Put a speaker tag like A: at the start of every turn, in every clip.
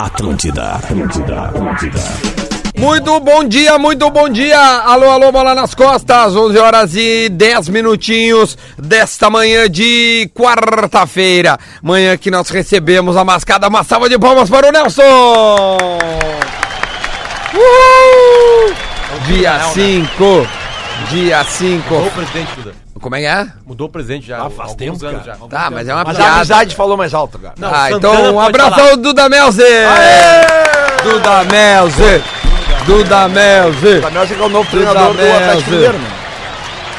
A: Atlântida, Atlântida, Atlântida.
B: Muito bom dia, muito bom dia. Alô, alô, bola nas costas. 11 horas e 10 minutinhos desta manhã de quarta-feira. Manhã que nós recebemos a mascada, uma salva de palmas para o Nelson. Uhul! Dia 5. Dia 5.
C: Mudou o presidente, Duda.
B: Como é que é?
C: Mudou o presidente já. Ah, faz tempo, anos já.
B: Tá, mas é uma
D: Mas a
B: piada.
D: amizade falou mais alto, cara.
C: Não,
B: Ah,
C: Santana
B: então um
C: pode
B: abraço
C: falar.
B: ao Duda Melze. Duda Melze. Duda Melze.
D: Pra nós é que é o novo
B: Duda
D: treinador do Atlético
B: Melzer.
D: Mineiro, né?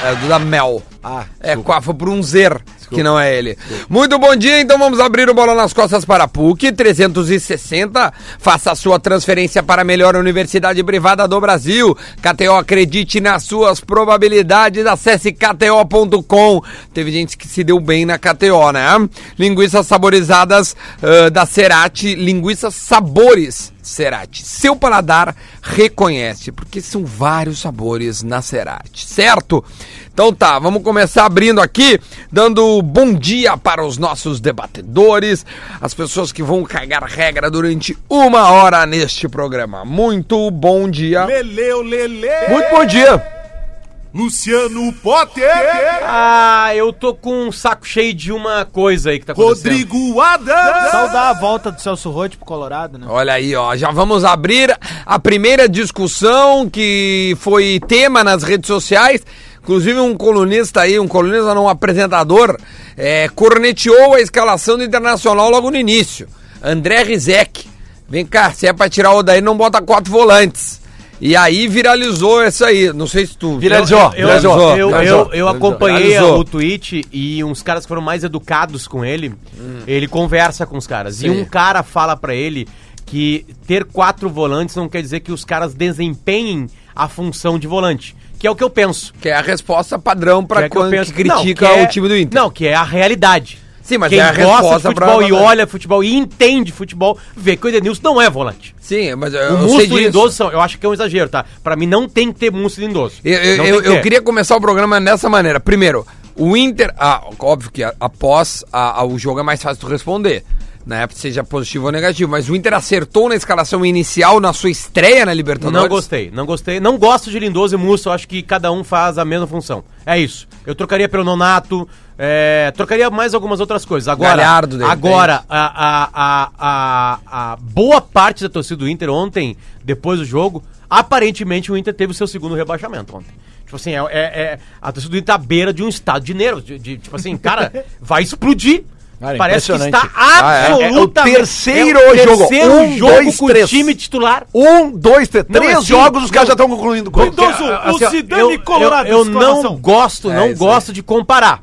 B: É Duda Mel.
D: Ah,
B: É Quafo por um zer, que não é ele. Muito bom dia, então vamos abrir o Bola nas Costas para a PUC 360. Faça a sua transferência para a melhor universidade privada do Brasil. KTO, acredite nas suas probabilidades. Acesse KTO.com. Teve gente que se deu bem na KTO, né? Linguiças saborizadas ah, da Cerati, linguiças sabores. Cerati. Seu paladar reconhece, porque são vários sabores na Cerati, certo? Então tá, vamos começar abrindo aqui, dando bom dia para os nossos debatedores, as pessoas que vão cagar regra durante uma hora neste programa. Muito bom dia.
E: Leleu, Lele.
D: Muito bom dia.
E: Luciano Potter.
C: Ah, eu tô com um saco cheio de uma coisa aí que tá acontecendo.
E: Rodrigo Adams.
F: Só dar a volta do Celso Rotti pro Colorado, né?
B: Olha aí, ó, já vamos abrir a primeira discussão que foi tema nas redes sociais. Inclusive um colunista aí, um colunista não, um apresentador, eh, corneteou a escalação do Internacional logo no início. André Rizek. Vem cá, se é pra tirar o Odair, não bota quatro volantes. E aí viralizou isso aí. Não sei se tu...
D: Viralizou,
C: Eu,
B: viralizou.
C: eu, eu,
B: viralizou,
C: eu
B: viralizou.
C: acompanhei
B: Viralizou.
C: o tweet e uns caras que foram mais educados com ele, ele conversa com os caras.
B: Sim.
C: E um cara fala pra ele que ter quatro volantes não quer dizer que os caras desempenhem a função de volante, que é o que eu penso.
B: Que é a resposta padrão pra
C: é que eu
B: quando
C: penso
B: que critica
C: não, que é-
B: o time do Inter.
C: Não, que é a realidade.
B: Sim, mas
C: Quem
B: é a
C: gosta de
B: resposta pra-
C: futebol e olha futebol e entende futebol, vê que o Edenilson não é volante.
B: Sim, mas eu,
C: O
B: eu sei
C: músculo
B: disso.
C: lindoso, são, eu acho que é um exagero, tá? Pra mim não tem que ter músculo lindoso.
B: Eu, eu,
C: Não tem
B: eu,
C: que
B: eu
C: ter.
B: queria começar o programa dessa maneira. Primeiro, o Inter. Ah, óbvio que a- após a- a- o jogo é mais fácil tu responder. Né? Seja positivo ou negativo. Mas o Inter acertou na escalação inicial, na sua estreia na
D: Então,
B: Libertadores.
C: Não gostei, não gostei. Não gosto de Lindoso e Musso, eu acho que cada um faz a mesma função. É isso. Eu trocaria pelo Nonato, é, trocaria mais algumas outras coisas. Agora,
B: Galhardo, de repente.
C: agora a, a, a, a, a boa parte da torcida do Inter ontem, depois do jogo, aparentemente o Inter teve o seu segundo rebaixamento ontem. Tipo assim, é, é- é- a torcida do Inter tá à beira de um estado de nervos. de- de- tipo assim, cara, vai explodir.
D: Cara,
C: Parece que está
D: impressionante.
B: é.
D: É o
C: absolutamente.
D: terceiro
C: é o
D: jogo.
C: terceiro
D: Um,
C: jogo
D: dois,
C: com o
D: três.
C: time titular.
D: Um, dois, três.
C: Não,
D: três
C: assim,
D: jogos os caras
C: não.
D: já estão concluindo com
F: Então,
D: ele.
F: Zoom,
C: Ah,
F: o
C: assim, ó,
F: Zidane
C: eu-
F: Colorado,
C: Eu, eu não
F: exclamação.
C: gosto, não
B: É, isso
C: gosto de comparar.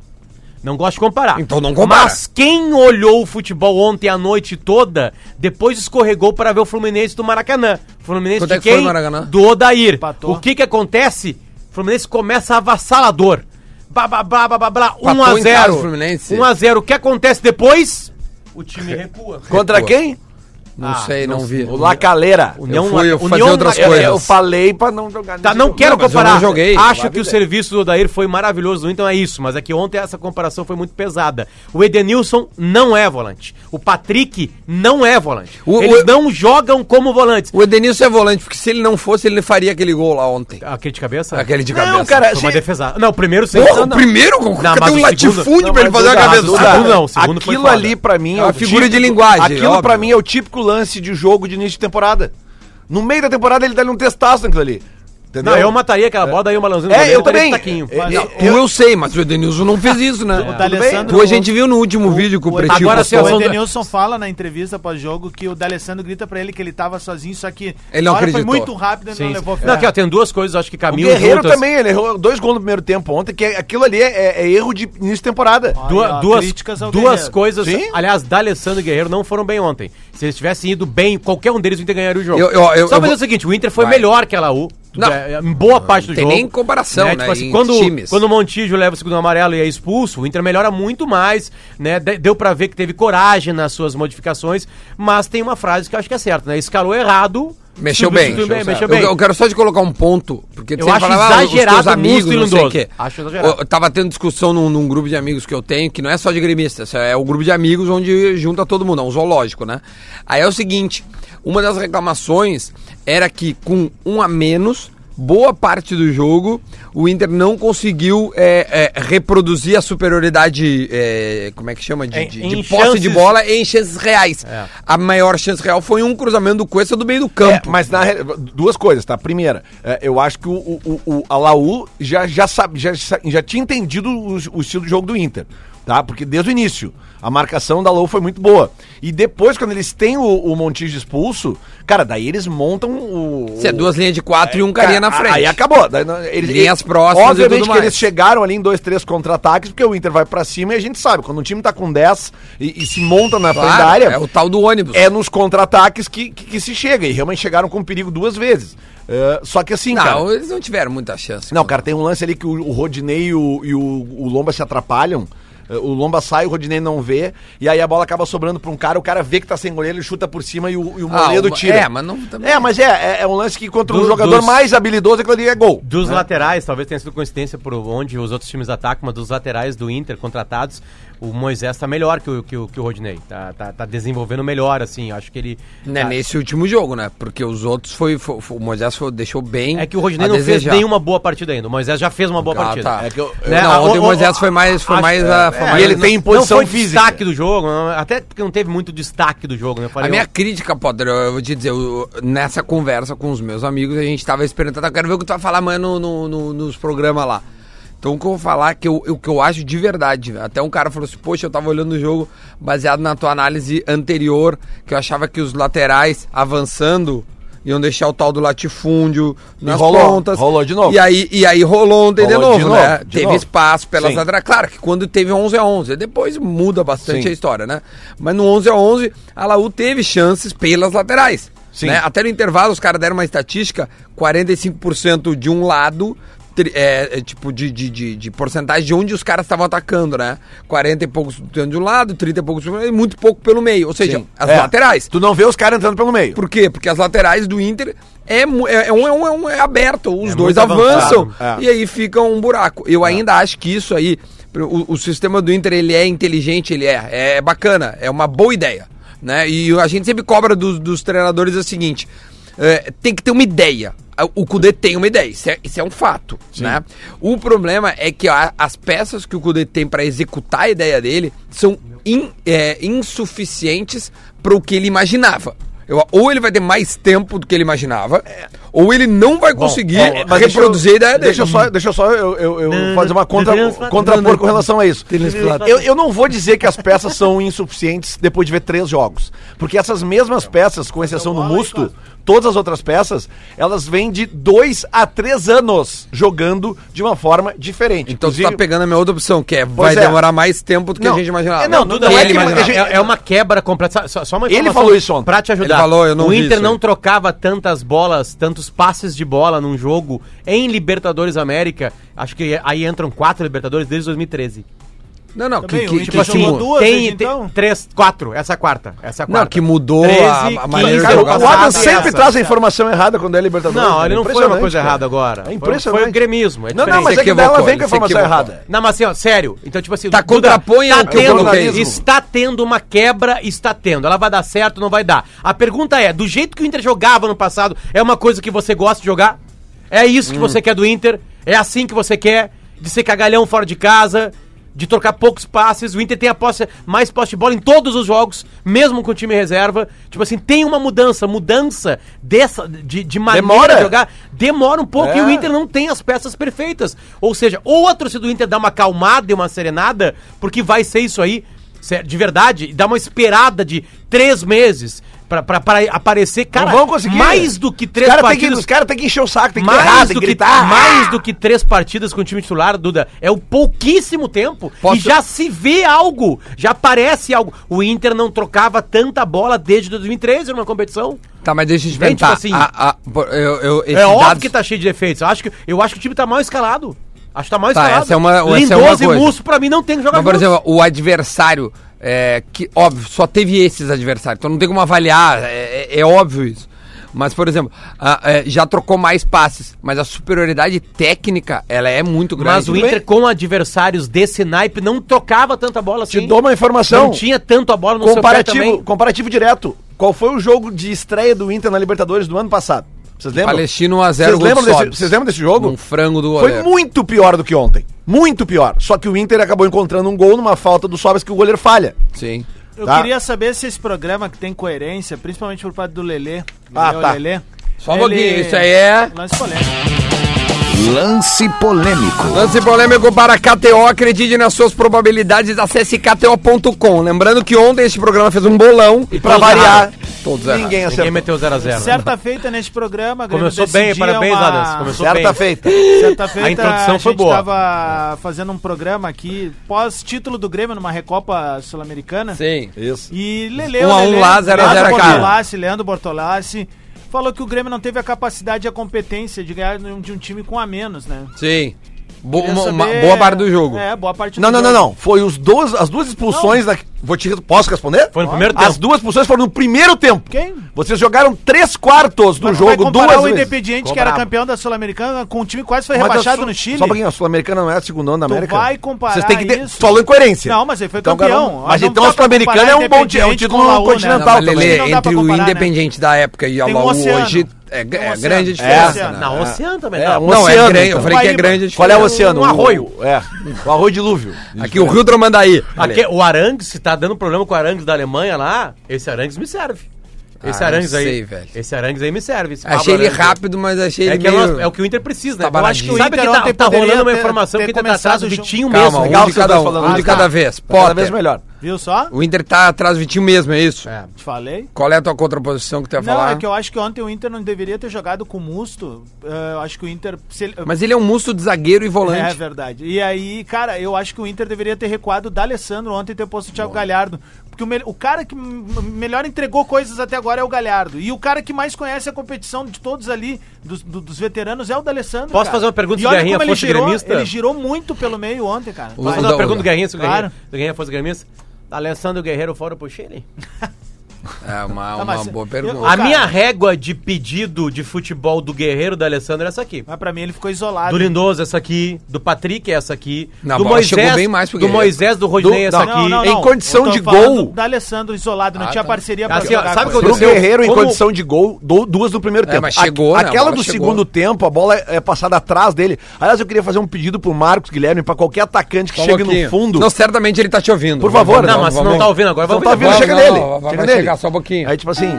C: Não gosto de comparar.
B: Então não compara.
C: Mas quem olhou o futebol ontem a noite toda, depois escorregou para ver o Fluminense do Maracanã. Fluminense
B: Quanto é
C: de
B: que
C: quem?
B: foi o Maracanã?
C: Do Odair.
F: Empatou.
C: O que que acontece? O Fluminense começa avassalador. Blá, blá, blá, blá, blá, blá. 1
B: Empatou
C: a
B: em
C: 0
B: casa o Fluminense.
C: 1 a 0 O que acontece depois? O time recua.
D: Contra quem?
B: Não
C: Ah,
B: sei, não,
C: não
B: vi.
D: O Lacaleira.
C: União,
B: fui
C: La-
B: fazer
C: União
B: outras
C: La-
D: Eu,
B: coisas.
D: eu falei pra não jogar
C: Tá,
D: nesse
C: não
D: jogo.
C: quero
B: mas eu
C: comparar.
B: não joguei.
C: Acho que o serviço do Odair foi maravilhoso, do então é isso. Mas é que ontem essa comparação foi muito pesada. O Edenilson não é volante. O Patrick não é volante.
B: O-
C: Eles
B: o-
C: não jogam como volantes.
B: O Edenilson é volante, porque se ele não fosse, ele faria aquele gol lá ontem.
C: Aquele de cabeça?
B: Aquele de
D: Não,
B: cabeça.
D: cara,
C: Foi uma
D: se-
C: defesa. Não, o primeiro sim.
B: Porra,
C: Não,
B: o
C: não.
B: primeiro gol.
C: Não,
B: Cadê
C: mas
B: um
C: o
B: latifúndio
C: segundo-
B: pra ele fazer a
D: Duda,
B: cabeça?
D: Duda,
C: Segundo não, segundo foi
D: aquilo
C: foda.
D: ali pra mim
B: É uma
D: o
B: figura de linguagem,
D: Aquilo
B: óbvio.
D: pra mim é o típico lance de jogo de início de temporada. No meio da temporada ele dá-lhe um testaço naquilo ali. Entendeu?
C: Não, é eu mataria aquela bola, daí o Malanzinho
D: É, eu também.
C: um Taquinho.
D: É,
B: Não,
D: é,
B: tu eu... sei, mas o Edenilson não fez isso, né?
C: tá
F: O
B: Tudo bem.
F: D'Alessandro-
B: Tu, a gente viu no último vídeo que o,
F: o-
B: Pretinho
C: agora
B: postou.
C: sim,
F: O
C: São-
F: Edenilson fala na entrevista pós-jogo que o D'Alessandro grita pra ele que ele tava sozinho, só que
B: Ele não
F: a hora foi
B: acreditou.
F: muito rápido e
C: Sim,
F: não
C: sim.
F: levou fé.
C: Não, aqui ó, tem duas coisas, acho que
D: O
C: caminham
D: Guerreiro
C: juntas.
D: também, ele errou dois gols no primeiro tempo ontem, que é- aquilo ali é, é erro de início de temporada.
F: Ó,
C: Dua-
F: aí, ó,
C: duas
F: críticas ao
C: duas
F: Guerreiro.
C: coisas.
D: Sim.
C: Aliás, D'Alessandro e Guerreiro não foram bem ontem. Se eles tivessem ido bem, qualquer um deles, o Inter ganharia o jogo.
B: Eu- eu- eu-
C: Só
B: eu
C: fazer
B: vou-
C: o seguinte: o Inter foi
B: Vai.
C: melhor que a Laú.
B: Não.
C: é, Em boa parte do
B: tem
C: jogo.
B: nem comparação, né,
C: Tipo assim,
B: em
C: quando,
B: times.
C: quando o Montijo leva o segundo amarelo e é expulso, o Inter melhora muito mais, né? De- Deu pra ver que teve coragem nas suas modificações, mas tem uma frase que eu acho que é certa, né? Escalou errado,
B: Mexeu bem.
C: Substituiu bem,
B: Eu-
C: mexeu bem.
B: Eu, quero só te colocar um ponto, porque
C: Eu acho
B: "Ah, os teus
C: exagerado
B: amigos,
C: Musto e
B: não sei o
C: Lindoso."
B: quê.
C: Acho exagerado.
B: Eu, eu tava tendo discussão num, num grupo de amigos que eu tenho, que não é só de gremistas, é o grupo de amigos onde junta todo mundo, é um zoológico, né? Aí é o seguinte, uma das reclamações era que com um a menos, boa parte do jogo, o Inter não conseguiu é, é, reproduzir a superioridade, é, como é que chama, de,
C: Em-
B: de,
C: em
B: de posse de
C: chances.
B: bola em chances reais. A maior chance real foi um cruzamento do Cuesta do meio do
D: É,
B: campo.
D: mas na re- duas coisas, tá? Primeira, é, eu acho que o, o, o a Laú já, já, sabe, já, sa- já tinha entendido o, o estilo de jogo do Inter, tá? Porque desde o início, a marcação da Laú foi muito boa. E depois, quando eles têm o, o Montijo expulso, cara, daí eles montam o.
B: Isso é
D: o-
B: duas linhas de quatro e um carinha na
D: Cara,
B: frente.
D: Aí acabou. Daí não- Eles,
B: Linhas próximas e
D: Obviamente
B: tudo
D: que
B: mais.
D: eles chegaram ali em dois, três contra-ataques, porque o Inter vai pra cima e a gente sabe, quando um time tá com 10 e, e se monta na frente da
B: Claro,
D: área.
B: é o tal do ônibus.
D: É nos contra-ataques que, que, que se chega. E realmente chegaram com perigo duas vezes. É, só que assim,
B: não,
D: cara.
B: eles não tiveram muita chance.
D: Não, cara, tem um lance ali que o, o Rodinei e, o, e o, o Lomba se atrapalham. É, O Lomba sai, o Rodinei não vê, e aí a bola acaba sobrando pra um cara, o cara vê que tá sem goleiro, ele chuta por cima e o, e o
B: Ah,
D: Moledo
B: uma-
D: tira.
B: é, mas não- também-
D: É, mas é, é, é um lance que contra um
C: Do-
D: jogador
C: dos-
D: mais habilidoso, aquilo ali é gol.
C: Dos laterais, talvez tenha sido coincidência por onde os outros times atacam, mas dos laterais do Inter contratados, o Moisés tá melhor que o, que o, que o Rodinei. Tá, tá, tá desenvolvendo melhor, assim. Acho que ele.
B: Né,
C: tá-
B: Nesse último jogo, né? Porque os outros foi. foi- foi- o Moisés foi- deixou bem.
C: É que o Rodinei
B: a
C: não
B: desejar.
C: fez nenhuma boa partida ainda. O Moisés já fez uma boa
B: Ah,
C: partida.
B: tá.
D: É que eu-
C: Né?
B: Não,
C: Ah,
B: ontem o Moisés foi mais- foi mais, ah, foi
C: é,
B: mais-
C: ele
D: não-
C: tem
D: não
C: imposição
D: foi
C: física.
D: destaque
C: do jogo, até porque não teve muito destaque do jogo, né?
B: A minha crítica, Potter, eu vou te dizer, eu- nessa conversa com os meus amigos, a gente tava esperando. tá, quero ver o que tu vai falar amanhã no- no- no- nos programas lá. Então o que eu vou falar que eu, o que eu acho de verdade. Até um cara falou assim, poxa, eu tava olhando o jogo baseado na tua análise anterior, que eu achava que os laterais avançando iam deixar o tal do latifúndio nas
D: rolou,
B: pontas.
D: rolou de novo.
B: E aí, e aí rolou ontem
D: Rolou
B: de
D: de
B: novo, né?
D: novo, de
B: Teve
D: novo.
B: espaço pelas
D: Sim.
B: laterais. Claro que quando teve 11 a 11, depois muda bastante
D: Sim.
B: a história, né? Mas no 11 a 11, a Laú teve chances pelas laterais.
D: Sim.
B: né? Até no intervalo, os caras deram uma estatística: 45% de um lado. tri- É, é, tipo, de, de, de, de porcentagem de onde os caras estavam atacando, né? 40 e poucos por cento de um lado, 30 e poucos por cento, e muito pouco pelo meio. Ou seja,
D: Sim.
B: as
D: É.
B: laterais.
D: Tu não vê os caras entrando pelo meio.
B: Por quê? Porque as laterais do Inter é, mu- é, é um, é, um, é um- é aberto, os dois
C: muito avançado, É.
B: avançam e aí fica um buraco. Eu ainda acho que isso aí, o, o sistema do Inter ele é inteligente, ele é, é bacana, é uma boa ideia. Né? E a gente sempre cobra dos, dos treinadores o seguinte: é, tem que ter uma ideia. O Cudê tem uma ideia, isso é, isso é um fato. Né? O problema é que a- as peças que o Cudê tem para executar a ideia dele são in- é, insuficientes para o que ele imaginava. Eu- ou ele vai ter mais tempo do que ele imaginava,
C: É.
B: ou ele não vai conseguir
D: É, mas deixa eu-
B: reproduzir a ideia dele.
D: Deixa eu só, deixa eu só eu, eu, eu fazer uma contra, contrapor com relação a isso. Eu, eu não vou dizer que as peças são insuficientes depois de ver três jogos. Porque essas mesmas peças, com exceção do Musto, todas as outras peças, elas vêm de dois a três anos jogando de uma forma diferente.
B: Então você tá
D: Inclusive-
B: pegando a minha outra opção, que é
D: Pois
B: vai
D: é.
B: demorar mais tempo do que a
D: Não,
B: gente imaginava.
D: é, não,
B: do
D: tudo
B: que
D: é
B: ele
D: que-
B: imaginava.
D: gente-
C: é, é uma quebra completa. Só- Só, só uma
D: Ele
C: informação
D: falou isso ontem.
C: Pra te ajudar.
B: Ele falou, eu não
C: o
B: vi
C: Inter
B: isso
C: não
B: aí.
C: trocava tantas bolas, tantos passes de bola num jogo em Libertadores América. Acho que aí entram quatro Libertadores desde 2013.
B: Não, não,
F: Também,
B: que,
F: o
B: que,
F: Inter
B: tipo assim,
F: jogou duas.
C: tem,
F: desde então?
C: tem três, quatro. Essa é a quarta. Essa é a
B: Não,
C: quarta.
B: que mudou a- a maneira de
D: Cara,
B: jogar.
D: o Adam
B: Passado
D: sempre
C: essa.
D: traz a informação errada quando é Libertadores.
C: Não,
D: cara.
C: ele não foi uma
D: Impressionante,
C: coisa
D: cara.
C: errada agora.
D: É
C: Foi-
D: impressionante.
C: Foi o gremismo. é
D: Não, não,
C: diferente.
D: mas é que
B: Ele se
D: ela vem
B: equivocou,
D: com a
B: ele se
D: informação
B: equivocou.
D: errada.
C: Não, mas assim, ó, sério. Então, tipo assim,
B: Tá,
C: Duda,
B: contrapõe
C: tá
B: ao teu
C: tendo,
B: jornalismo.
C: Está tendo uma quebra, está tendo. Ela vai dar certo, não vai dar. A pergunta é: do jeito que o Inter jogava no passado, é uma coisa que você gosta de jogar? É isso
B: Hum.
C: que você quer do Inter? É assim que você quer? De ser cagalhão fora de casa? De trocar poucos passes, o Inter tem a posse, mais posse de bola em todos os jogos, mesmo com o time reserva. Tipo assim, tem uma mudança, mudança dessa, de, de maneira
D: Demora.
C: de jogar. Demora um pouco
D: É.
C: e o Inter não tem as peças perfeitas. Ou seja, ou a torcida do Inter dá uma calmada e uma serenada, porque vai ser isso aí, sério, de verdade, e dá uma esperada de três meses pra, pra, pra aparecer, cara,
D: não vão conseguir.
C: mais do que três
D: os cara tem que,
C: partidas...
D: Os caras têm que encher o saco, tem que
C: Mais,
D: errar, tem
C: do
D: que
C: que,
D: gritar.
C: mais do que três partidas com o time titular, Duda, é o pouquíssimo tempo
B: Posso-
C: e já se vê algo, já aparece algo. O Inter não trocava tanta bola desde 2013 numa competição.
B: Tá, mas deixa eu te
C: Gente, tipo
B: perguntar.
C: assim,
B: a- a- por- eu- eu- esses
C: É óbvio
B: dados-
C: que tá cheio de defeitos. Eu acho que, eu acho que o time tá mal escalado. Acho que tá mal
B: Tá,
C: escalado.
B: essa é uma- essa é uma
C: Lindoso e
B: coisa.
C: Musso, pra mim, não tem que jogar
B: Mas, por
C: juntos.
B: exemplo, o adversário, é, que óbvio, só teve esses adversários, então não tem como avaliar, é, é- é óbvio isso. Mas, por exemplo, a- é, já trocou mais passes, mas a superioridade técnica, ela é muito grande.
C: Mas o Inter com adversários desse naipe não trocava tanta bola assim.
D: Te dou uma informação.
C: Não tinha tanto a bola no seu pé
D: comparativo,
C: também.
D: comparativo direto. Qual foi o jogo de estreia do Inter na Libertadores do ano passado? Vocês lembram?
B: Palestino 1 a 0
D: Vocês lembram,
B: gol do
D: desse,
B: Sobs.
D: vocês lembram desse jogo?
B: Um frango do
D: Foi muito pior do que ontem. Muito pior. Só que o Inter acabou encontrando um gol numa falta do Sobres que o goleiro falha.
B: Sim.
F: Eu
D: Tá.
F: queria saber se esse programa que tem coerência, principalmente por parte do Lelê.
D: Ah,
F: Lelê,
D: tá.
F: Lelê.
B: Só um
F: ele-
B: pouquinho, isso aí é...
F: Lance polêmico.
A: Lance polêmico.
B: Lance polêmico para KTO, acredite nas suas probabilidades, acesse KTO.com. Lembrando que ontem este programa fez um bolão e
D: Pra variar,
B: Todos errados.
D: ninguém
C: Ninguém
D: acertou.
C: meteu 0x0.
B: né?
F: Certa feita neste programa, Grêmio
C: Começou bem,
F: decidia
C: parabéns,
F: uma-
C: Adams. Começou
D: Certa
C: bem.
D: feita.
F: Certa feita,
C: A introdução foi
F: gente
C: boa.
F: tava fazendo um programa aqui, pós-título do Grêmio numa Recopa Sul-Americana.
B: Sim.
D: Isso.
F: E Lele,
B: Um a um
F: Lele,
B: lá, zero a
F: Leandro
B: zero a cara.
F: Bortolassi, Leandro Bortolassi, falou que o Grêmio não teve a capacidade e a competência de ganhar de um de um time com a menos, né?
B: Sim. Bo-
F: Queria
B: uma- uma
F: saber-
B: boa parte do jogo.
F: É, boa parte
D: Não,
F: do
D: não, não,
F: jogo.
D: não. Foi os dois, as duas expulsões da. Vou te, posso responder?
C: Foi no primeiro tempo.
D: As duas expulsões foram no primeiro tempo.
F: Quem?
D: Vocês jogaram três quartos do
F: Mas tu vai
D: jogo,
F: comparar
D: duas
F: o
D: vezes.
F: Independiente,
C: Ficou
F: que era
C: brabo.
F: campeão da Sul-Americana, com um time que quase foi
D: Mas a
F: rebaixado
D: Sul-
F: no Chile.
D: Só um pouquinho, a Sul-Americana não é a segunda onda da
F: Tu
D: América.
F: vai comparar
D: Vocês têm que ter.
F: isso?
D: Falou incoerência.
F: Não, mas ele foi
D: Então,
F: campeão.
D: garoto, mas
F: Não
D: então
F: dá
D: a
F: pra
D: Sul-Americana é um bom ti- é um
F: Independiente
D: título
F: com o Laú, né?
B: Não,
D: continental
B: mas
D: também.
B: Lelê,
F: Não dá pra
B: entre o
F: comparar, né?
B: Independente da época e a
F: Tem um
B: Laú
F: oceano.
B: hoje é, gr- é
F: Tem um
B: grande
F: oceano.
B: diferença.
D: É.
B: né?
C: Na Oceano também.
D: É,
C: não.
D: um
B: Não, é
D: oceano,
B: grande,
D: então.
B: eu falei que é
F: Guaíba.
B: grande a diferença.
D: Qual é o oceano?
C: Um arroio.
D: O- É. O arroio dilúvio.
B: Aqui, o Rio tá Dromandaí.
C: Aqui, o Arangues, se tá dando problema com o Arangues da Alemanha lá, esse Arangues me serve. Esse
B: Ah,
C: Arangues
B: não
C: aí.
B: sei, velho.
C: Esse Arangues aí me serve. esse Pablo
B: Achei ele
C: Arangues.
B: rápido, mas achei
C: É
B: ele
C: que é,
B: meio...
C: nosso- é o que o Inter precisa, né?
B: Tá baladinho.
C: Eu acho que o
F: Inter
C: Sabe que
F: ontem
C: tá, tá
F: poderia
C: rolando uma
F: ter-
C: informação
F: ter
C: que tá
F: começado
C: atrás do
F: o jogo.
C: Vitinho
B: Calma,
C: mesmo.
B: um
C: né?
D: legal
B: de
D: vocês
B: cada
D: dois
B: um,
D: falando
B: um de
D: isso, tá?
B: cada vez.
D: Cada
B: Potter.
D: vez melhor.
F: Viu só?
D: Hum.
B: O Inter tá atrás do Vitinho mesmo, é isso?
C: É.
F: Te falei.
B: Qual é a tua contraposição que tu ia
F: Não,
B: falar?
F: é que eu acho que ontem o Inter não deveria ter jogado com o Musto. Eh, eu acho que o Inter. se ele-
B: Mas ele é um musto de zagueiro e
F: É
B: volante.
F: verdade. E aí, cara, eu acho que o Inter deveria ter recuado o D'Alessandro ontem e ter posto o Thiago Galhardo. Porque o, me- o cara que m- melhor entregou coisas até agora é o Galhardo. E o cara que mais conhece a competição de todos ali, dos, do- dos veteranos, é o D'Alessandro.
C: Posso
F: cara.
C: fazer uma pergunta
F: e
C: se o
F: olha
C: Guerrinha
F: como ele
C: fosse
F: girou,
C: gremista?
F: Ele girou muito pelo meio ontem, cara.
B: O
C: Vou
F: Vai.
C: fazer
B: Usa,
C: uma pergunta
B: usa.
C: do Guerrinha, se o
F: Claro.
C: Guerrinha, se o Guerrinha fosse gremista. Alessandro Guerreiro fora pro Chile?
B: É, uma,
F: Tá,
B: uma
F: mas
B: boa
F: eu-
B: pergunta.
F: Ô,
C: A
F: cara.
C: minha régua de pedido de futebol do Guerreiro da Alessandro é essa aqui.
F: Mas pra mim ele ficou isolado.
C: Do Lindoso, essa aqui. Do Patrick, é essa aqui.
B: Na
C: do
B: bola chegou bem mais pro
C: Do
B: Guerreiro.
C: Moisés, do Rodinei,
D: Do-
C: essa
D: não,
C: aqui.
D: não, Em condição
F: Eu tô
D: de
F: falando
D: gol.
F: D'Alessandro isolado, não
B: Ah,
F: tinha
B: tá.
F: parceria
C: Assim, ó,
F: jogar
C: sabe
F: com
C: que eu
F: ele.
D: Pro
C: Aconteceu.
D: Guerreiro em
C: Como-
D: condição de gol, do- duas do primeiro tempo.
B: mas
D: A-
B: chegou, né? A
D: Aquela
B: bola
D: do
B: chegou.
D: segundo tempo, a bola é passada atrás dele. Aliás, eu queria fazer um pedido pro Marcos Guilherme, pra qualquer atacante que
B: Só um
D: chegue
B: pouquinho.
D: no fundo.
B: Não, certamente ele tá te ouvindo.
D: Por favor.
B: Vamos,
C: Não, mas se
B: vamos,
C: não tá
B: vamos.
C: ouvindo agora,
D: Não
C: vamos
D: tá
C: ver.
B: Vamos,
D: ouvindo, chega
B: não,
D: nele.
B: não, vai-
D: chega
B: vai
D: nele.
B: chegar só um pouquinho.
D: Aí, tipo assim,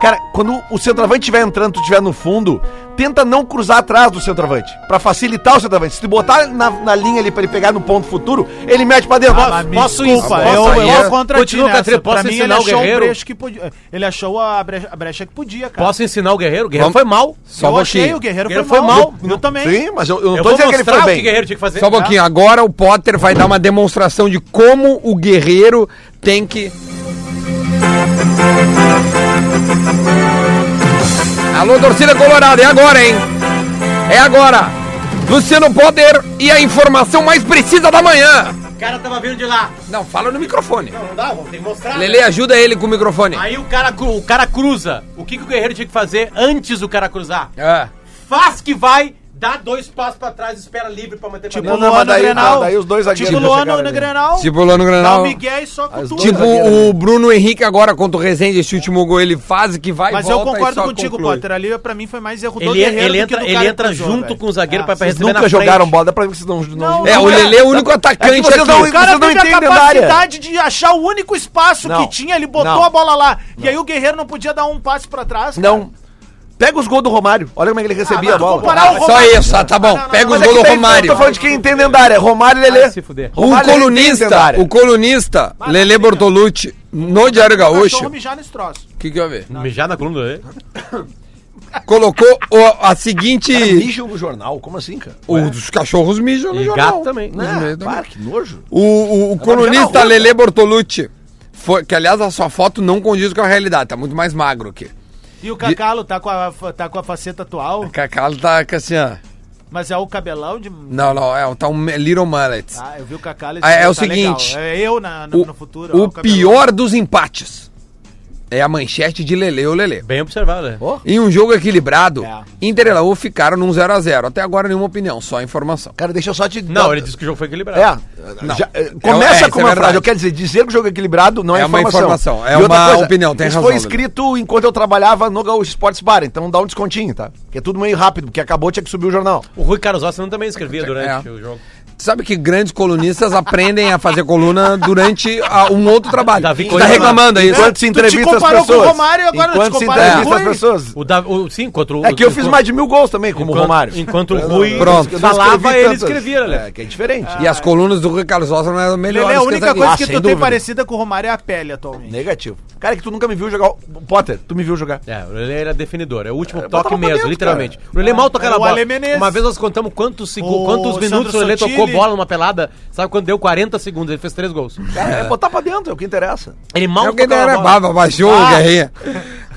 D: cara, quando o centroavante estiver entrando, tu estiver no fundo, tenta não cruzar atrás do centroavante, pra facilitar o centroavante. Se tu botar na, na linha ali pra ele pegar no ponto futuro, ele mete pra dentro.
F: Ah, mas
C: posso
F: me desculpa,
C: ensinar-
F: eu,
B: posso
F: eu,
B: ensinar-
F: vou contra
C: Continua,
F: ti nessa.
C: Catri, posso
F: Pra mim, ele
C: ensinar o
F: achou
C: Guerreiro?
F: um brecho que podia. Ele achou a brecha, a brecha que podia, cara.
C: um- Posso ensinar o Guerreiro? O Guerreiro
B: Vamos-
C: foi mal.
B: Só um
F: eu achei,
B: pouquinho.
F: o Guerreiro,
C: Guerreiro
F: foi
C: foi
F: mal.
C: mal.
F: Eu também.
D: Sim, mas eu, eu não
C: Eu
D: tô
C: vou
D: dizendo que ele
C: mostrar
D: foi
C: o que é
D: bem.
C: o Guerreiro tinha que fazer.
B: Só um pouquinho. Agora o Potter vai dar uma demonstração de como o guerreiro tem que. Alô, torcida colorada, é agora, hein? É agora. Luciano Potter e a informação mais precisa da manhã.
C: O cara tava vindo de lá.
B: Não, fala no microfone.
C: Não dá, tem que mostrar.
B: Lele, ajuda ele com o microfone.
C: Aí o cara, cru- o cara cruza. O que, que o Guerreiro tinha que fazer antes do cara cruzar?
B: Ah.
C: Faz que vai, dá dois passos pra trás, espera livre pra manter
F: Tipo
C: pra
D: Não,
F: o
D: não,
F: Luan
D: mas
F: no
D: daí-
F: Grenal.
D: daí os dois
F: Tipo o
D: zagueiros
F: Luan
D: chegaram
F: no
D: ali.
F: Grenal.
B: Tipo o Lano
F: Dá o
B: Granal.
F: Miguel e só com
D: As
F: tudo.
D: duas
B: Tipo o Bruno Henrique agora contra o Rezende, esse último gol ele faz que vai
F: Mas
B: volta
F: eu
B: e
F: concordo
B: só
F: contigo,
B: conclui.
F: Potter. Ali pra mim foi mais erro do
C: Ele,
F: Guerreiro
C: ele
F: tipo,
C: entra,
F: do que do
C: ele
F: cara
C: entra
F: que cruzou,
C: junto
F: velho.
C: com o zagueiro
F: É.
C: pra, pra
D: Vocês
C: receber na
D: nunca
C: frente.
D: jogaram bola, dá pra ver que vocês não... não,
F: Não,
B: É, o Lele é o único atacante
D: vocês
B: aqui.
D: não-
F: O cara
D: Vocês não
F: teve a
D: entendem da área.
F: capacidade de achar o único espaço
D: Não.
F: que tinha, ele botou
D: Não.
F: a bola lá. E aí o Guerreiro não podia dar um passo pra trás. cara.
D: Não. Pega os gols do Romário. Olha como é que ele recebia
F: mas
D: a
F: tu
D: bola.
F: comparar o
B: Só
F: Romário.
B: isso, tá, tá bom.
F: Não, não,
B: Pega os
D: Mas é que
B: gols do
D: daí Eu
B: Romário.
D: tô falando de quem entende dentro da área. Romário e Lelê.
C: Vai se fuder.
B: O colunista, o colunista Lele Bortolucci no Diário
F: Cachorro
B: Gaúcho.
F: mijar nesse troço.
B: O que que eu ver?
C: Mijar na coluna dele.
B: Colocou o- a seguinte
D: Mija o jornal, como assim, cara?
F: é.
B: os cachorros mijam no
C: E
B: jornal.
C: gato também.
B: Os meus também.
D: que nojo.
B: O, o, o
D: mijar na
B: colunista
D: rua.
B: Lele Bortolucci foi, que aliás a sua foto não condiz com a realidade, tá muito mais magro aqui.
F: E o Cacalo tá com a, tá com a faceta atual,
B: Cacalo tá com assim, ó.
F: mas é o cabelão de.
B: Não, não, é, tá um little mullet.
F: Ah, eu vi o Cacalo
B: Ah, é
F: dia
B: o
F: tá legal.
B: seguinte,
F: É eu na, no,
B: o,
F: no futuro. ó,
B: o
F: cabelão.
B: pior dos empates. É a manchete de Lele ou Lele.
C: Bem observado, né?
B: Em um jogo equilibrado,
F: É.
B: Inter e Laú ficaram num 0x0. Até agora, nenhuma opinião, só informação.
D: Cara, deixa eu só te.
C: Não, ele disse que o jogo foi equilibrado.
D: É. já- eh, começa
B: é,
D: com
B: isso é
D: uma
B: verdade.
D: frase. Eu quero dizer, dizer que o jogo é equilibrado não é,
B: É uma informação, é
D: E outra
B: uma opinião, tem
D: isso
B: razão,
D: foi escrito enquanto eu trabalhava no Gaúcho Sports Bar, então dá um descontinho, tá? Porque é tudo meio rápido, porque acabou, tinha que subir o
B: Tá
D: jornal.
C: O Rui Carlos Ossa não também escrevia durante
B: É.
C: o jogo.
B: Sabe que grandes colunistas aprendem a fazer coluna durante a- um outro trabalho.
C: Davi
B: Tu tá
C: Coimbra.
B: reclamando aí.
D: né?
B: né?
D: Enquanto se
F: Tu te
D: entrevista as
F: comparou
D: pessoas.
F: com o Romário e agora tu te
D: enquanto se
F: compara
B: com o
D: entrevista as
F: Rui?
D: pessoas.
C: O da, o, sim, contra o.
D: É que eu fiz
C: enquanto-
D: mais de mil gols também, como o
C: enquanto-
D: Romário.
C: Enquanto o Rui
B: Pronto.
D: Eu não
C: falava,
D: escrevi
C: ele
D: tantas.
C: escrevia, né?
D: É, que é diferente.
B: E as colunas do Rui Carlos Ossa não é eram melhores.
F: Lele, a
B: que essa
F: única
B: aqui.
F: coisa
D: Ah,
F: que
D: sem
F: tu tem
D: dúvida.
F: parecida com o Romário é a pele atualmente.
D: Negativo. Cara, é que tu nunca me viu jogar. Potter, tu me viu jogar.
C: É, o Lelê era definidor, é o último
D: botava
C: toque
D: pra
C: mesmo,
D: dentro,
C: literalmente. O Lelê mal tocava
F: É,
C: a
F: o
C: bola.
F: Ale Menezes.
C: Uma vez nós contamos quantos, segu-
F: O
C: quantos minutos
F: Sandro
C: o Lelê
F: Sottili.
C: tocou bola numa pelada, sabe quando deu 40 segundos, ele fez três gols.
D: Cara, é botar pra dentro, é o que interessa.
C: Ele mal
B: É o que
C: tocava
B: era
C: a bola.
B: baba, baixou o
D: Ah.
B: Guerrinha.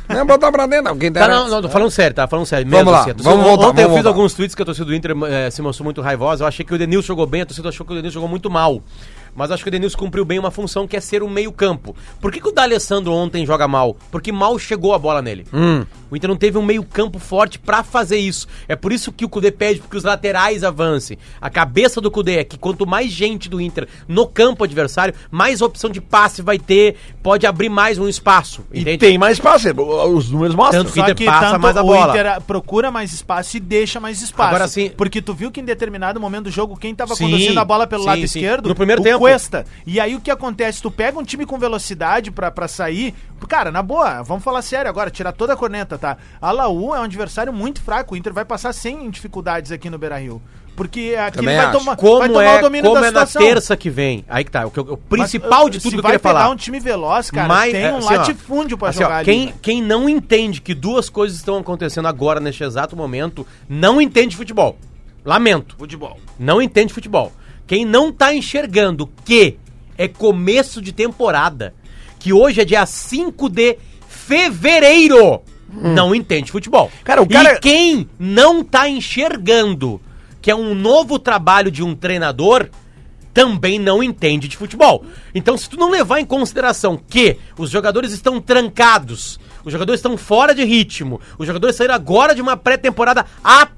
B: Não é botar pra dentro, não. Quem
C: Tá,
B: dera-
C: não, não, tô falando sério, tá? Falando sério.
B: Vamos lá,
C: assim, a torcida-
B: vamos voltar,
C: Ontem eu
B: vamos
C: fiz
B: voltar.
C: alguns tweets que a torcida do Inter eh, se mostrou muito raivosa. Eu achei que o Denilson jogou bem, a torcida achou que o Denilson jogou muito mal. Mas acho que o Denilson cumpriu bem uma função que é ser o meio-campo. Por que, que o D'Alessandro ontem joga mal? Porque mal chegou a bola nele.
B: Hum.
C: O Inter não teve um meio-campo forte pra fazer isso. É por isso que o Cudê pede que os laterais avancem. A cabeça do Cudê é que quanto mais gente do Inter no campo adversário, mais opção de passe vai ter, pode abrir mais um espaço.
D: E tem mais espaço, os números mostram.
C: Tanto que-
F: Só
C: Inter
F: que
C: passa
F: tanto
C: mais a
F: o
C: bola.
F: Inter procura mais espaço e deixa mais espaço.
C: Agora sim.
F: Porque tu viu que em determinado momento do jogo, quem tava
C: Sim,
F: conduzindo a bola pelo
C: sim,
F: lado
C: sim.
F: esquerdo,
C: No primeiro
F: o
C: tempo.
F: Cuesta. E aí o que acontece? Tu pega um time com velocidade pra, pra sair. Cara, na boa, vamos falar sério agora, tirar toda a corneta, tá? A Laú é um adversário muito fraco. O Inter vai passar sem dificuldades aqui no Beira Rio. Porque aqui
B: Também
F: ele vai,
B: acho.
F: tomar- vai
C: como
F: tomar
C: é,
F: o domínio
C: como
F: da
C: é na
F: situação.
C: terça que vem. Aí que tá. O, que eu- o
F: Mas,
C: principal de
F: se
C: tudo que eu
F: vai
C: queria
F: pegar
C: falar.
F: um time veloz, cara,
C: Mais-
F: tem um
C: assim, ó,
F: latifúndio pra
C: assim, ó,
F: jogar ali,
C: quem,
F: cara.
C: quem não entende que duas coisas estão acontecendo agora, neste exato momento, não entende futebol. Lamento.
F: Futebol.
C: Não entende futebol. Quem não tá enxergando que é começo de temporada, que hoje é dia 5 de fevereiro,
F: Hum.
C: não entende futebol.
D: Cara, o cara-
C: E quem não tá enxergando que é um novo trabalho de um treinador também não entende de futebol. Então, se tu não levar em consideração que os jogadores estão trancados, os jogadores estão fora de ritmo, os jogadores saíram agora de uma pré-temporada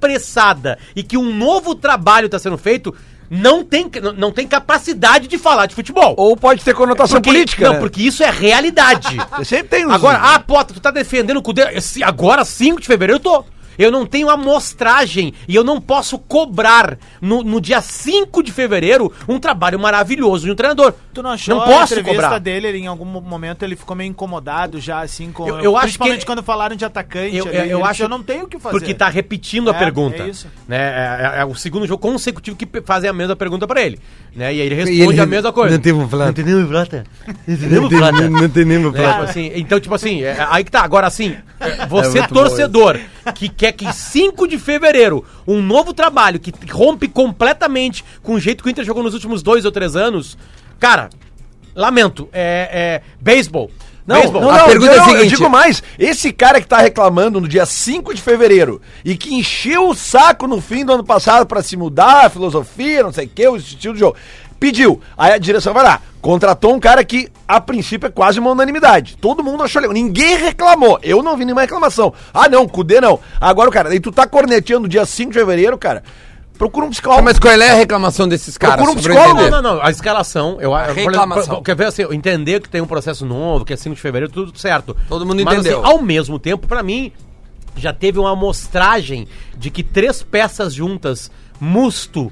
C: apressada e que um novo trabalho está sendo feito, não tem, não- não tem capacidade de falar de futebol.
D: Ou pode ter conotação
C: Porque-
D: política.
C: Não,
D: né?
C: porque isso é realidade.
D: Sempre tem um uns-
C: Agora, ah, Pota, tu tá defendendo o Cudê. Esse- Agora, 5 de fevereiro, eu tô. Eu não tenho amostragem e eu não posso cobrar no, no dia 5 de fevereiro um trabalho maravilhoso de um treinador.
F: Tu não achou
C: Não
F: a
C: posso
F: entrevista
C: cobrar.
F: dele, ele, em algum momento ele ficou meio incomodado já, assim, com,
C: Eu- eu acho
F: principalmente
C: que-
F: quando falaram de atacante.
C: Eu,
F: ali,
C: eu,
F: ele
C: eu
F: disse,
C: acho
F: eu não tenho o que fazer.
C: Porque tá repetindo a
F: É,
C: pergunta.
F: é isso.
C: Né? É, é- é o segundo jogo consecutivo que pe- fazem a mesma pergunta pra ele. Né? E aí ele responde
B: E ele
C: a mesma coisa.
B: não teve um plano.
C: Não tem nenhum plata. Não tem plata.
B: Não tem nenhuma
C: Né? Tipo assim, então, tipo assim, é- aí que tá. Agora, assim, é, você torcedor que quer que 5 de fevereiro um novo trabalho que rompe completamente com o jeito que o Inter jogou nos últimos dois ou três anos, cara, lamento, é, é beisebol.
D: Não,
C: Beisebol.
D: não,
B: a
D: não,
B: pergunta é a
D: não,
B: seguinte.
D: eu digo mais. Esse cara que tá reclamando no dia 5 de fevereiro e que encheu o saco no fim do ano passado pra se mudar a filosofia, não sei o que, o estilo de jogo, pediu. Aí a direção vai lá, contratou um cara que a princípio é quase uma unanimidade. Todo mundo achou legal, ninguém reclamou. Eu não vi nenhuma reclamação. Ah, não, Cudê não. Agora o cara, aí tu tá corneteando no dia 5 de fevereiro, cara. Procura um psicólogo.
B: Mas qual é a reclamação desses caras?
D: Procura um
B: Só pra eu
D: psicólogo.
B: entender.
C: Não, não, não. A escalação, eu acho.
B: reclamação.
C: Quer ver assim, eu entender que tem um processo novo, que é 5 de fevereiro, tudo certo.
B: Todo mundo
C: Mas, assim,
B: entendeu.
C: ao mesmo tempo, pra mim, já teve uma amostragem de que três peças juntas, Musto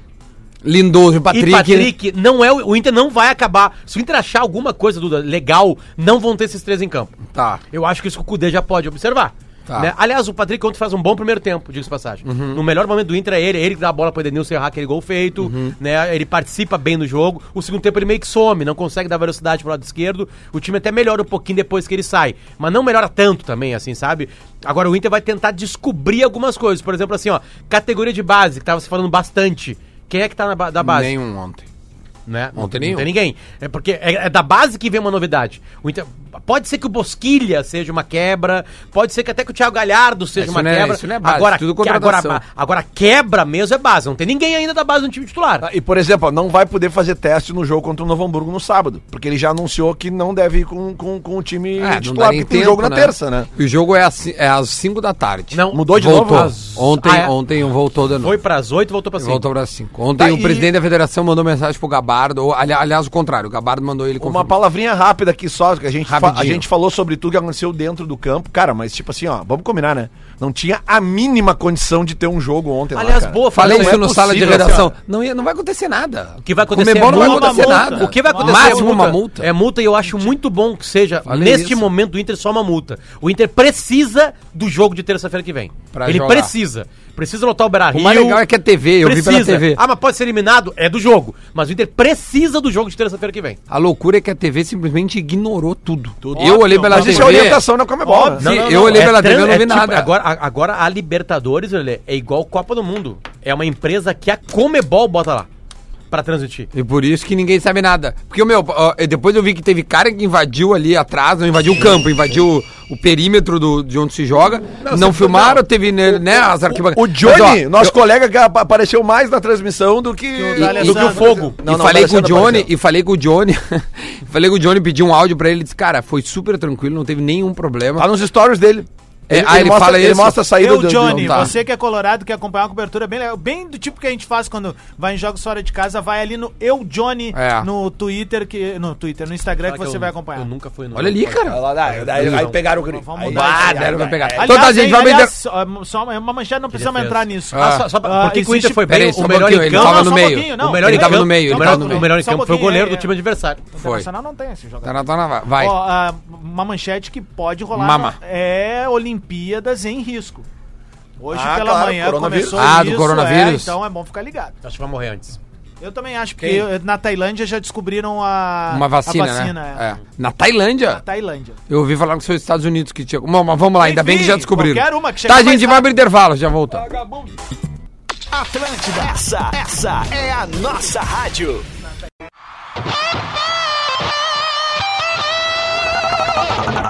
B: Lindoso, Patrick.
C: e Patrick, não é o, o Inter não vai acabar. Se o Inter achar alguma coisa Duda, legal, não vão ter esses três em campo.
B: Tá.
C: Eu acho que isso que o Cudê já pode observar.
B: Tá. Uhum.
C: né? Aliás, o Patrick ontem faz um bom primeiro tempo, diga-se de passagem. No melhor momento do Inter é ele, ele que dá a bola pro Edenilson errar aquele gol feito,
B: Uhum.
C: né? Ele participa bem no jogo. O segundo tempo ele meio que some, não consegue dar velocidade pro lado esquerdo. O time até melhora um pouquinho depois que ele sai, mas não melhora tanto também, assim, sabe? Agora o Inter vai tentar descobrir algumas coisas. Por exemplo, assim, ó, categoria de base, que tava se falando bastante. Quem é que tá na ba- da base?
B: Nenhum ontem.
C: né?
B: Não tem nenhum.
C: ninguém. É porque é, é da base que vem uma novidade. O Inter Pode ser que o Bosquilha seja uma quebra, pode ser que até que o Thiago Galhardo seja
B: Isso
C: uma
B: não é-
C: quebra.
B: isso não é base,
C: agora,
B: tudo
C: que- agora,
B: contratação.
C: agora quebra mesmo é base. Não tem ninguém ainda da base no time titular.
D: Ah, E, por exemplo, ó, não vai poder fazer teste no jogo contra o Novo Hamburgo no sábado, porque ele já anunciou que não deve ir com, com, com o time
B: É, não dá
D: titular,
B: nem
D: porque
B: tempo,
D: tem jogo na terça, né?
B: E o jogo é, às- é às 5 da tarde.
C: Não,
D: Mudou de
B: voltou.
D: novo?
B: Ontem,
C: Ah, é?
B: ontem um voltou de novo.
C: Foi pras oito, voltou pra cinco.
B: Voltou para 5. Ontem
D: Tá,
B: o
D: e-
B: presidente da federação mandou mensagem pro Gabardo. ou, ali- aliás, o contrário. O Gabardo mandou ele
D: Uma
B: confirmar.
D: palavrinha rápida aqui só, que a gente, fa- a
B: Rapidinho.
D: gente falou sobre tudo que aconteceu dentro do campo. Cara, mas tipo assim, ó, vamos combinar, né? Não tinha a mínima condição de ter um jogo ontem lá,
C: Aliás,
D: cara.
C: boa,
B: Falei
C: Não
B: isso
D: é
B: no sala de
D: possível,
B: redação.
D: assim,
B: Não, ia- não vai acontecer nada. O
C: que vai acontecer
B: Comebol
C: é
B: não vai
C: multa.
B: acontecer
F: Uma multa.
B: nada.
C: O que vai acontecer
B: Máximo
C: é
B: uma multa.
C: É multa e eu acho muito bom que seja,
B: Falei
C: neste
B: isso.
C: momento do Inter, só uma multa. O Inter precisa do jogo de terça-feira que vem.
B: Pra
C: Ele
B: jogar.
C: precisa. Precisa lotar o Beira-Rio.
B: O mais legal é que é TV, eu vi
C: precisa.
B: pela TV.
C: Ah, mas pode ser eliminado? É do jogo. Mas o Inter precisa do jogo de terça-feira que vem.
B: A loucura é que a TV simplesmente ignorou tudo. Eu olhei pela
D: Mas
B: TV.
D: isso é orientação na Comebol. né?
B: Óbvio. Sim, eu olhei pela
C: tran-
B: TV, eu não vi
C: tipo,
B: nada.
C: Agora, a- agora a Libertadores Lelê, é igual Copa do Mundo. É uma empresa que a Comebol bota lá pra transmitir.
B: E por isso que ninguém sabe nada. Porque, meu, ó, eu- depois eu vi que teve cara que invadiu ali atrás, não invadiu o campo, invadiu o, o perímetro do, de onde se joga. Não, filmaram, teve né, né, as arquibancadas.
D: O, o Johnny,
B: Mas, ó,
D: nosso
B: eu-
D: colega, que apa- apareceu mais na transmissão do que,
F: o
D: do
F: D'Alessandro.
D: que o fogo.
B: e falei com o Johnny, e falei com o Johnny, falei com o Johnny, pedi um áudio pra ele, ele disse, cara, foi super tranquilo, não teve nenhum problema.
D: Tá nos stories dele.
B: É, ah, ele
D: mostra,
B: fala
D: ele
B: isso?
D: mostra a saída
F: Eu,
D: do- do-
F: Johnny,
B: tá.
F: você que é colorado, que acompanhar uma cobertura bem legal, bem do tipo que a gente faz quando vai em jogos fora de casa, vai ali no Eu Johnny
B: É.
F: no Twitter, que, no Twitter, no Instagram é que
C: Fala
F: você
C: eu-
F: vai acompanhar.
C: Eu nunca fui no
B: Olha ali, cara.
D: Lá, lá, aí, aí pegaram o grito.
F: Vamos
D: Aí-
F: mudar
B: Ah,
F: isso aí,
B: deram pra pegar.
F: Aliás,
B: Então tá, gente,
F: hein,
B: vamos
F: aliás, ó, só uma- é uma manchete, não precisamos
C: defesa.
F: entrar nisso.
B: Ah,
C: Ah, só- só-
F: Ah,
C: por que que o
F: existe-
C: Inter foi
B: Peraí,
C: bem?
B: só
C: O
B: um
C: melhor
B: pouquinho,
C: em
B: ele
C: campo.
B: tava
F: Não,
B: no
F: só um
B: meio.
F: pouquinho, não.
B: O melhor ele
F: Ele
B: tava
F: tava-
B: no meio, ele
F: tava
B: tava
F: no
B: no
C: O
B: meio.
C: melhor em
F: Só um
C: campo foi o
F: pouquinho,
C: goleiro
F: é.
C: do time adversário.
B: Foi.
F: Internacional não tem
C: Tá,
F: esse jogador.
B: Internacional vai- vai.
F: Ó, ah, uma manchete que pode rolar
B: Mama.
F: na- é Olimpíadas em risco. Hoje
D: Ah,
F: pela
D: claro,
F: manhã
D: coronavírus.
F: começou
B: Ah, do
F: isso,
B: coronavírus.
F: é, então é bom ficar ligado.
C: Acho que vai morrer antes.
F: Eu também acho, porque eu- na Tailândia já descobriram a,
B: Uma vacina,
F: a vacina
B: né?
F: é.
B: É. Na Tailândia?
F: Na Tailândia.
D: Tipo
B: Eu ouvi falar que foi os Estados Unidos que tinha. Bom, mas vamos lá, ainda bem que
F: Enfim,
B: já descobriram.
F: qualquer uma que chegar
B: tá,
F: mais
B: gente, vai pro intervalo, já volta.
A: Essa, essa é a nossa rádio.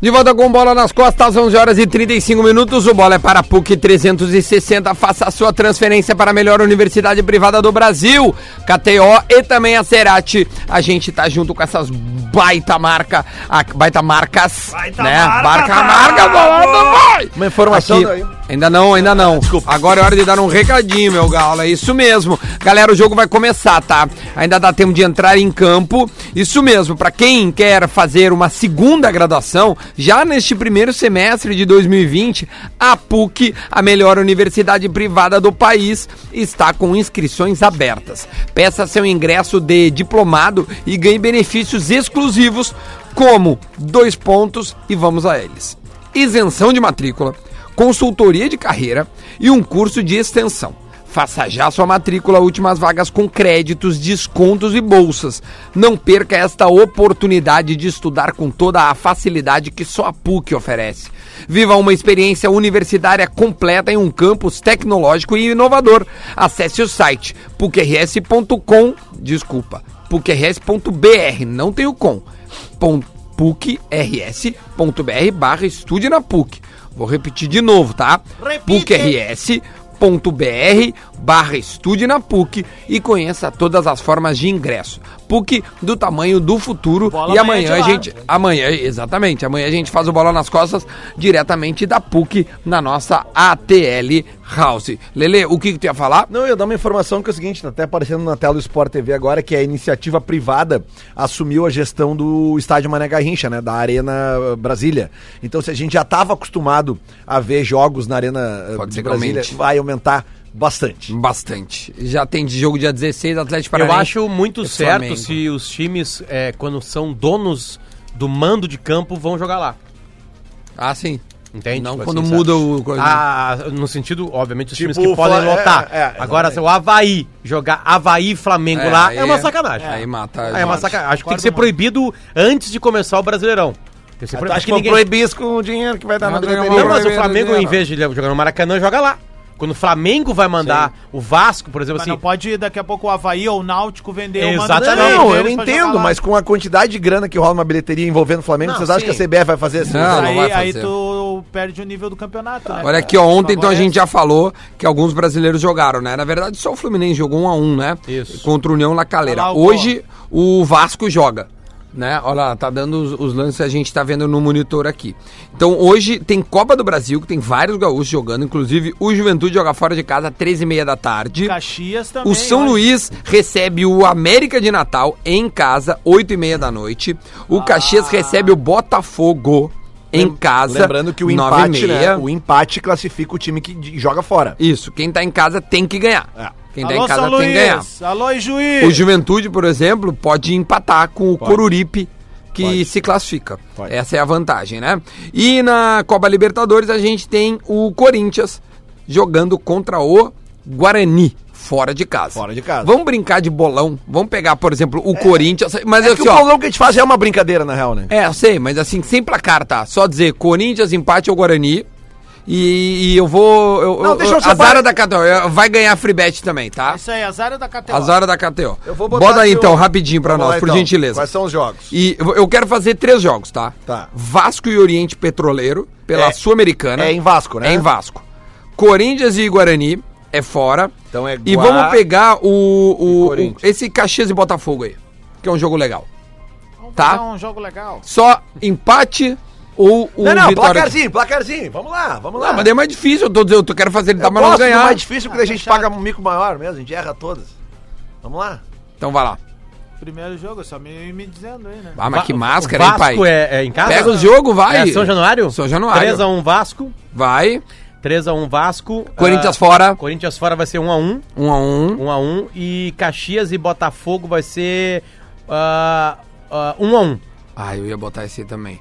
B: De volta com bola nas costas, às 11 horas e 35 minutos. O bola é para a PUC 360. Faça a sua transferência para a melhor universidade privada do Brasil, KTO e também a Cerati. A gente tá junto com essas baita marca, a- baita marcas, né? Marca, marca, bola do vai!
D: Uma informação
B: Aqui-
D: daí.
B: Ainda não, ainda não. Agora é hora de dar um recadinho, meu galo. É isso mesmo. Galera, o jogo vai começar, tá? Ainda dá tempo de entrar em campo. Isso mesmo. Pra quem quer fazer uma segunda graduação, já neste primeiro semestre de 2020, a PUC, a melhor universidade privada do país, está com inscrições abertas. Peça seu ingresso de diplomado e ganhe benefícios exclusivos, como dois pontos e vamos a eles. Isenção de matrícula consultoria de carreira e um curso de extensão. Faça já sua matrícula, últimas vagas com créditos, descontos e bolsas. Não perca esta oportunidade de estudar com toda a facilidade que só a PUC oferece. Viva uma experiência universitária completa em um campus tecnológico e inovador. Acesse o site pucrs.com, desculpa, pucrs.br, não tem o com. pon- pucrs.br barra estude na PUC. Vou repetir de novo, tá?
F: Repite.
B: PUCRS.br barra estude na PUC e conheça todas as formas de ingresso. PUC do tamanho do futuro
F: Bola
B: e
F: amanhã
B: amanhã
F: de
B: a
F: lá.
B: gente, amanhã, exatamente, amanhã a gente faz o Bola nas Costas diretamente da PUC na nossa ATL House. Lele, o que que tu ia falar?
D: Não, eu ia dar uma informação que é o seguinte, tá até aparecendo na tela do Sport TV agora, que a iniciativa privada assumiu a gestão do estádio Mané Garrincha, né, da Arena eh, Brasília. Então, se a gente já estava acostumado a ver jogos na Arena eh,
B: Pode ser que
D: Brasília,
B: aumente.
D: vai aumentar bastante.
B: Bastante. Já tem de jogo dia 16, Atlético
C: Eu
B: Paranaense.
C: acho muito
B: e
C: certo
B: Flamengo.
C: se os times, é, quando são donos do mando de campo, vão jogar lá.
B: Ah, sim.
C: Entende?
B: Não
C: Tipo
B: quando
C: assim,
B: muda
C: sabe?
B: o... coisa.
C: Ah, no sentido, obviamente, os
D: Tipo,
C: times que podem
D: Fla- é,
C: lotar.
D: é, é,
C: Agora, se o Havaí jogar Havaí e Flamengo lá,
B: aí-
C: é uma sacanagem.
B: Aí mata.
C: Ah, é uma sacanagem. Acho que tem que ser
F: Concordo
C: proibido antes de começar o Brasileirão. Tem que ser proibido. Acho que ninguém...
D: proibir isso com o dinheiro que vai dar
B: Não, não,
D: na
B: não,
D: bilheteria.
C: Não,
B: não,
C: mas o
B: proibido,
C: Flamengo,
B: né,
C: em vez de jogar no Maracanã, joga lá. Quando o Flamengo vai mandar o Vasco, por exemplo,
F: Mas
C: assim.
F: não pode daqui a pouco o Havaí ou o Náutico vender uma
C: Exatamente.
F: dos três
D: Não, eu
F: deles pra jogar
D: entendo,
F: lá.
D: mas com a quantidade de grana que rola uma bilheteria envolvendo o Flamengo,
C: Não,
D: vocês acham
C: sim.
D: que a CBF vai fazer assim?
B: Não, não
F: aí,
B: vai
F: aí
B: fazer.
F: tu perde o nível do campeonato, né?
B: Olha aqui, ó, ontem então a
F: é
B: gente
F: assim.
B: já falou que alguns brasileiros jogaram, né? Na verdade, só o Fluminense jogou um a um, né?
C: Isso.
B: Contra o União La Calera.
F: Olha lá o
B: Hoje o Vasco joga. Né? Olha lá, tá dando os, os lances a gente tá vendo no monitor aqui. Então hoje tem Copa do Brasil, que tem vários gaúchos jogando, inclusive o Juventude joga fora de casa às 13h30 da tarde.
F: é Caxias também.
B: O São
F: olha.
B: Luís recebe o América de Natal em casa, 8 e meia da noite. O
D: Ah.
B: Caxias recebe o Botafogo em casa,
D: Lembrando que o
B: nove
D: empate,
B: e meia.
D: né, o empate classifica o time que de- joga fora.
B: Isso, quem tá em casa tem que ganhar.
D: É.
B: Quem tá
F: Alô,
B: em casa
F: São
B: tem que ganhar.
F: Luís. Alô, juiz.
B: O Juventude, por exemplo, pode empatar com o Coruripe, que se classifica.
D: Pode.
B: Essa é a vantagem, né? E na Copa Libertadores a gente tem o Corinthians jogando contra o Guarani. Fora de casa.
D: Fora de casa.
B: Vamos brincar de bolão. Vamos pegar, por exemplo, o Corinthians. Mas
D: É que
B: assim,
D: o
B: ó.
D: bolão que a gente faz é uma brincadeira, na real, né?
B: É, eu sei, mas assim, sem placar, tá? Só dizer Corinthians, empate ou Guarani. E, e eu vou. Eu,
D: Não,
B: eu-
D: deixa eu
B: eu,
D: só
B: a Zara
D: parar-
B: da KTO eu- vai ganhar free bet também, tá?
F: Isso aí, azar é da KTO.
B: A Zara da KTO.
D: Eu vou botar
B: Bota aí
D: aqui
B: então,
D: o-
B: rapidinho pra
D: Vamos
B: nós,
D: lá,
B: por
D: então.
B: gentileza.
D: Quais são os jogos?
B: E eu eu quero fazer três jogos, tá?
D: Tá.
B: Vasco e Oriente Petroleiro, pela
D: É-
B: Sul-Americana.
D: é em Vasco, né?
B: É em Vasco. Corinthians e Guarani, é fora.
D: Então é
B: E
D: Guá-
B: vamos pegar o, o-
D: E Corinthians.
B: o- esse Caxias e Botafogo aí, que é um jogo legal.
F: Vamos
B: tá.
F: fazer um jogo legal.
B: Só empate ou o
D: não, não,
B: Vitória...
D: placarzinho, placarzinho. Vamos lá, vamos lá.
B: Ah, mas daí é mais difícil, eu tô dizendo, eu quero fazer ele dar,
D: Eu
B: mas não
D: gosto do
B: ganhar.
D: mais difícil porque a gente paga um mico maior mesmo, a gente erra todas. Vamos lá.
B: Então vai lá.
F: Primeiro jogo, só me, me dizendo aí, né?
B: Ah, mas que
C: Va-
B: máscara,
C: o
B: hein, pai?
C: Vasco é, é em casa?
B: Pega o jogo, vai.
C: É São Januário?
B: São Januário.
C: 3x1 Vasco.
B: Vai.
C: 3x1 Vasco.
B: Corinthians
C: Ah,
B: fora.
C: Corinthians fora vai ser 1x1.
B: Um a um.
C: 1x1. E Caxias e Botafogo vai ser ah, ah, 1x1.
B: Ah, eu ia botar esse aí também.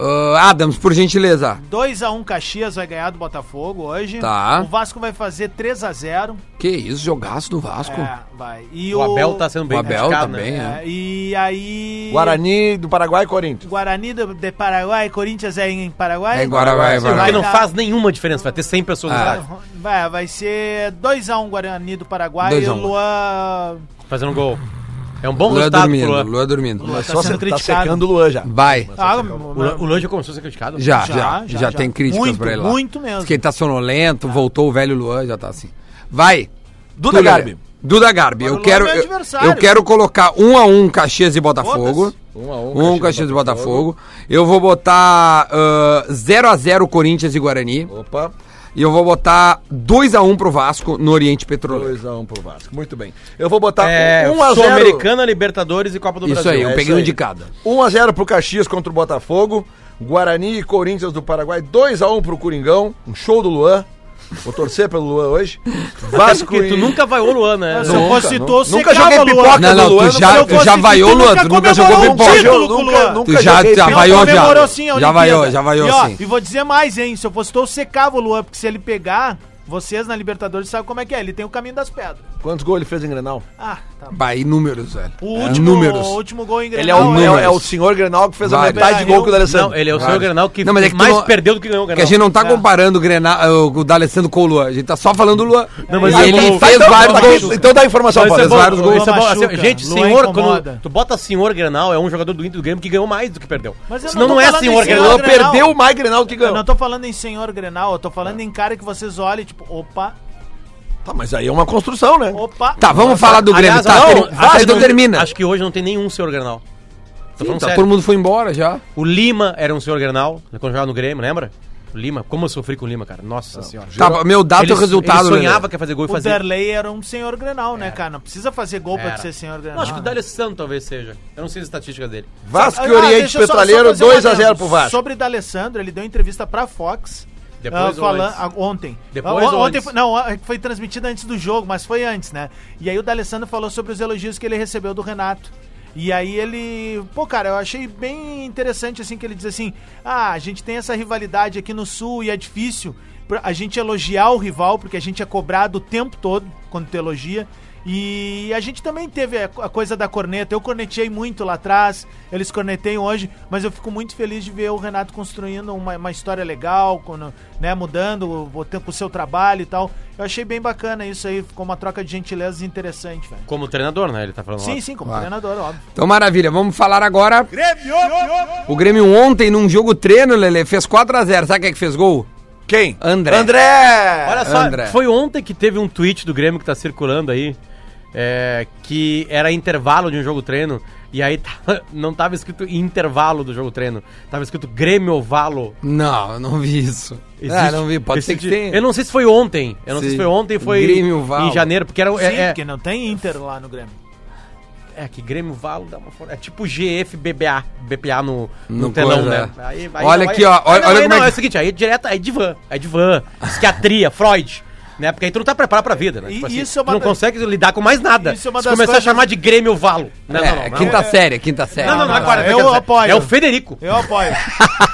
B: Ah, Adams, por gentileza.
F: 2x1 Caxias vai ganhar do Botafogo hoje.
B: Tá.
F: O Vasco vai fazer 3x0.
B: Que isso, jogaço do Vasco.
F: É, vai. E
C: O Abel tá sendo bem
B: O Abel
C: criticado,
B: também,
C: né?
B: é.
F: É, e aí.
D: Guarani do Paraguai e Corinthians.
F: Guarani do, de Paraguai, Corinthians é em Paraguai?
B: É em Guaraguai,
D: Sim,
C: Porque
B: Guaraguai.
C: não
F: dar-
C: faz nenhuma diferença, vai ter 100 pessoas no
B: Ah.
C: estádio
F: Vai, vai ser 2x1 Guarani do Paraguai
B: Dois
F: e
B: a
F: o
B: um.
F: Luan.
C: fazendo gol. É um bom
B: Lua
C: resultado
B: dormindo,
C: pro Luan.
B: Lua dormindo.
F: Lua
D: Mas
F: tá
D: só você
F: sendo
D: tá
F: criticado.
D: secando o Luan já.
B: Vai.
F: Ah,
C: O Luan-
F: mas-
C: O Luan já começou a ser criticado?
B: Já, já,
F: Já,
B: já,
F: já, já.
B: tem críticas
F: Muito,
B: pra ele lá.
F: muito mesmo. É.
B: Diz que ele tá sonolento, voltou o velho Luan, já tá assim. Vai.
D: Duda
B: Tu, Lelê.
D: Garbi.
B: Duda Garbi, eu
F: Agora o
B: quero,
F: Luan é meu
B: eu,
F: adversário.
B: eu quero colocar um a um Caxias e Botafogo.
F: Foda-se.
B: Um a um, Caxias, e Botafogo. Eu vou botar ah, 0x0 Corinthians e Guarani.
D: Opa,
B: E eu vou botar 2x1 pro Vasco no Oriente Petroleiro.
D: 2x1 pro Vasco. Muito bem. Eu vou botar
C: É,
D: 1 Tá, a 0
C: Sul-Americana, Libertadores e Copa do
B: Isso aí,
C: Brasil.
B: eu
D: é
B: peguei
D: isso
B: um
D: aí.
B: de cada.
D: 1 a 0 pro Caxias contra o Botafogo. Guarani e Corinthians do Paraguai, 2 a 1 pro Coringão. Um show do Luan. Vou torcer pelo Luan hoje. Vasco
C: Porque tu nunca vai o Luan, né?
F: Se eu fosse tu, eu
D: Nunca
F: secava
D: joguei
F: o Luan.
D: pipoca
B: Não, não,
D: do Luan,
B: tu já,
F: se eu
B: tu já
F: fosse
B: vaiou,
F: tu,
B: Luan,
F: nunca
B: tu nunca jogou
F: comemorou um
B: pipoca.
F: título.
D: nunca,
F: Luan.
D: nunca
B: Tu já,
D: joguei
B: já
D: pipoca.
B: vaiou, já.
F: comemorou sim a
B: Já
F: Olimpíada.
B: vaiou, já vaiou
F: e, ó,
B: sim.
F: E vou dizer mais, hein? Se eu fosse tu, eu secava o Luan, porque se ele pegar, vocês na Libertadores sabem como é que é. Ele tem o caminho das pedras.
D: Quantos gols ele fez em Grenal?
F: Ah, tá.
B: Bah, e números, velho.
F: O
B: É,
F: último,
B: Números.
F: o último gol em
C: um
D: Ele é o,
B: Não,
D: é, o-
B: é
D: é o senhor Grenal que fez a
B: Vai.
D: metade de gol que o D'Alessandro.
C: Não, ele é o seu Grenal que,
B: Não, mas é que tu
C: mais
B: não-
C: perdeu do que ganhou o
B: Porque a
C: Grenal.
B: gente não tá comparando o, Grena, o, o D'Alessandro com o Luan. A gente tá só falando do Luan.
C: Não, mas
B: E
C: é
B: ele
C: bom.
B: fez
D: Tá, então,
B: vários
D: tá aqui.
B: gols.
D: Então dá a informação,
C: Então, isso é
D: Paulo.
C: bom,
B: vários gols.
C: isso é bom.
F: Luan
C: Assim,
F: machuca,
C: gente,
F: Luan
C: senhor,
F: incomoda.
C: quando tu bota senhor Grenal, é um jogador do Inter do Grêmio que ganhou mais do que perdeu.
F: Mas eu
C: Senão
F: não tô
C: não é
F: falando em
C: senhor
F: senhor
C: Grenal.
F: Grenal.
D: Perdeu mais Grenal do que
F: Eu
D: ganhou.
F: não tô falando em senhor Grenal, eu tô
C: É.
F: falando em cara que vocês olhem, tipo, opa,
D: Tá, mas aí é uma construção, né?
F: opa.
B: Tá, vamos falar do Grêmio.
C: Aliás,
B: Tá,
C: não,
B: ter-
C: acho
B: tá,
C: que
B: então
C: não-
B: termina.
C: Acho que hoje não tem nenhum senhor Grenal. Tô
B: Sim,
C: falando
B: tá,
C: sério.
B: todo mundo foi embora já.
C: O Lima era um senhor Grenal, quando jogava no Grêmio, lembra? O Lima, como eu sofri com o Lima, cara. Nossa senhora.
B: Tá, meu dado
C: Ele-
B: é o resultado.
C: Ele sonhava
B: Lelê.
C: que ia fazer gol e
F: O
C: fazer.
F: Derlei era um senhor Grenal, né, cara? Não precisa fazer gol pra
C: É. Era.
F: ser senhor Grenal.
C: Não, acho que o D'Alessandro talvez seja. Eu não sei as estatísticas dele.
D: Vasco e
F: Ah,
D: Oriente
F: deixa eu só-
D: Petroleiro,
F: só fazer um
D: 2 a 0
F: adendo.
D: pro Vasco.
F: Sobre D'Alessandro, ele deu entrevista pra Fox.
C: Depois
F: ah,
C: ou
F: falan-
C: antes?
F: ah, ontem.
C: Depois
F: Ah,
C: ou
F: ontem
C: antes?
F: foi- não, ah, foi transmitida antes do jogo, mas foi antes, né? E aí o D'Alessandro falou sobre os elogios que ele recebeu do Renato. E aí ele, pô, cara, eu achei bem interessante assim que ele diz assim: "Ah, a gente tem essa rivalidade aqui no sul e é difícil pra- a gente elogiar o rival porque a gente é cobrado o tempo todo quando tu elogia". E a gente também teve a a coisa da corneta. Eu cornetei muito lá atrás, eles corneteiam hoje, mas eu fico muito feliz de ver o Renato construindo uma, uma história legal, quando, né, mudando, botando pro seu trabalho e tal. Eu achei bem bacana isso aí, ficou uma troca de gentilezas interessante, velho.
C: Como treinador, né? Ele tá falando.
F: Sim, sim, como treinador, óbvio.
B: Então, maravilha. Vamos falar agora.
E: Grêmio!
B: O Grêmio ontem, num jogo treino, Lele, fez 4x0. Sabe quem é que fez gol?
D: Quem?
B: André.
D: André!
C: Olha só,
B: André.
C: foi ontem que teve um tweet do Grêmio que tá circulando aí, é, que era intervalo de um jogo treino, e aí tá- não tava escrito intervalo do jogo treino, tava escrito Grêmio Ovalo.
B: Não, eu não vi isso.
C: Existe-
B: ah, não vi. Pode ser
C: existe-
B: que tenha.
C: Eu não sei se foi ontem, eu não sei
B: Sim.
C: se foi ontem, foi
B: Grêmio Ovalo.
C: em janeiro, porque era...
F: Sim,
C: é, é,
F: porque não tem Inter lá no Grêmio.
C: é que Grêmio Ovalo dá uma forma... É tipo GFBBA, BPA no, no,
B: No
C: telão,
B: coisa,
C: né?
B: é. Olha aqui, ó, olha-
C: Aí não,
B: olha
C: aí
B: como é
C: não, é,
B: que-
C: o seguinte, aí direto, aí divan, aí divan, psiquiatria, Freud... Né? Porque aí tu não tá preparado pra vida, né?
F: E
C: assim,
F: isso é uma
C: tu não
F: da-
C: consegue lidar com mais nada.
F: Isso é uma
C: Se
F: das
C: começar a
F: coisas-
C: chamar de Grêmio Ovalo. Não,
B: É, quinta série, quinta série.
C: Não, não, não,
F: não,
C: agora.
F: não, eu apoio.
C: É o Federico.
F: Eu apoio.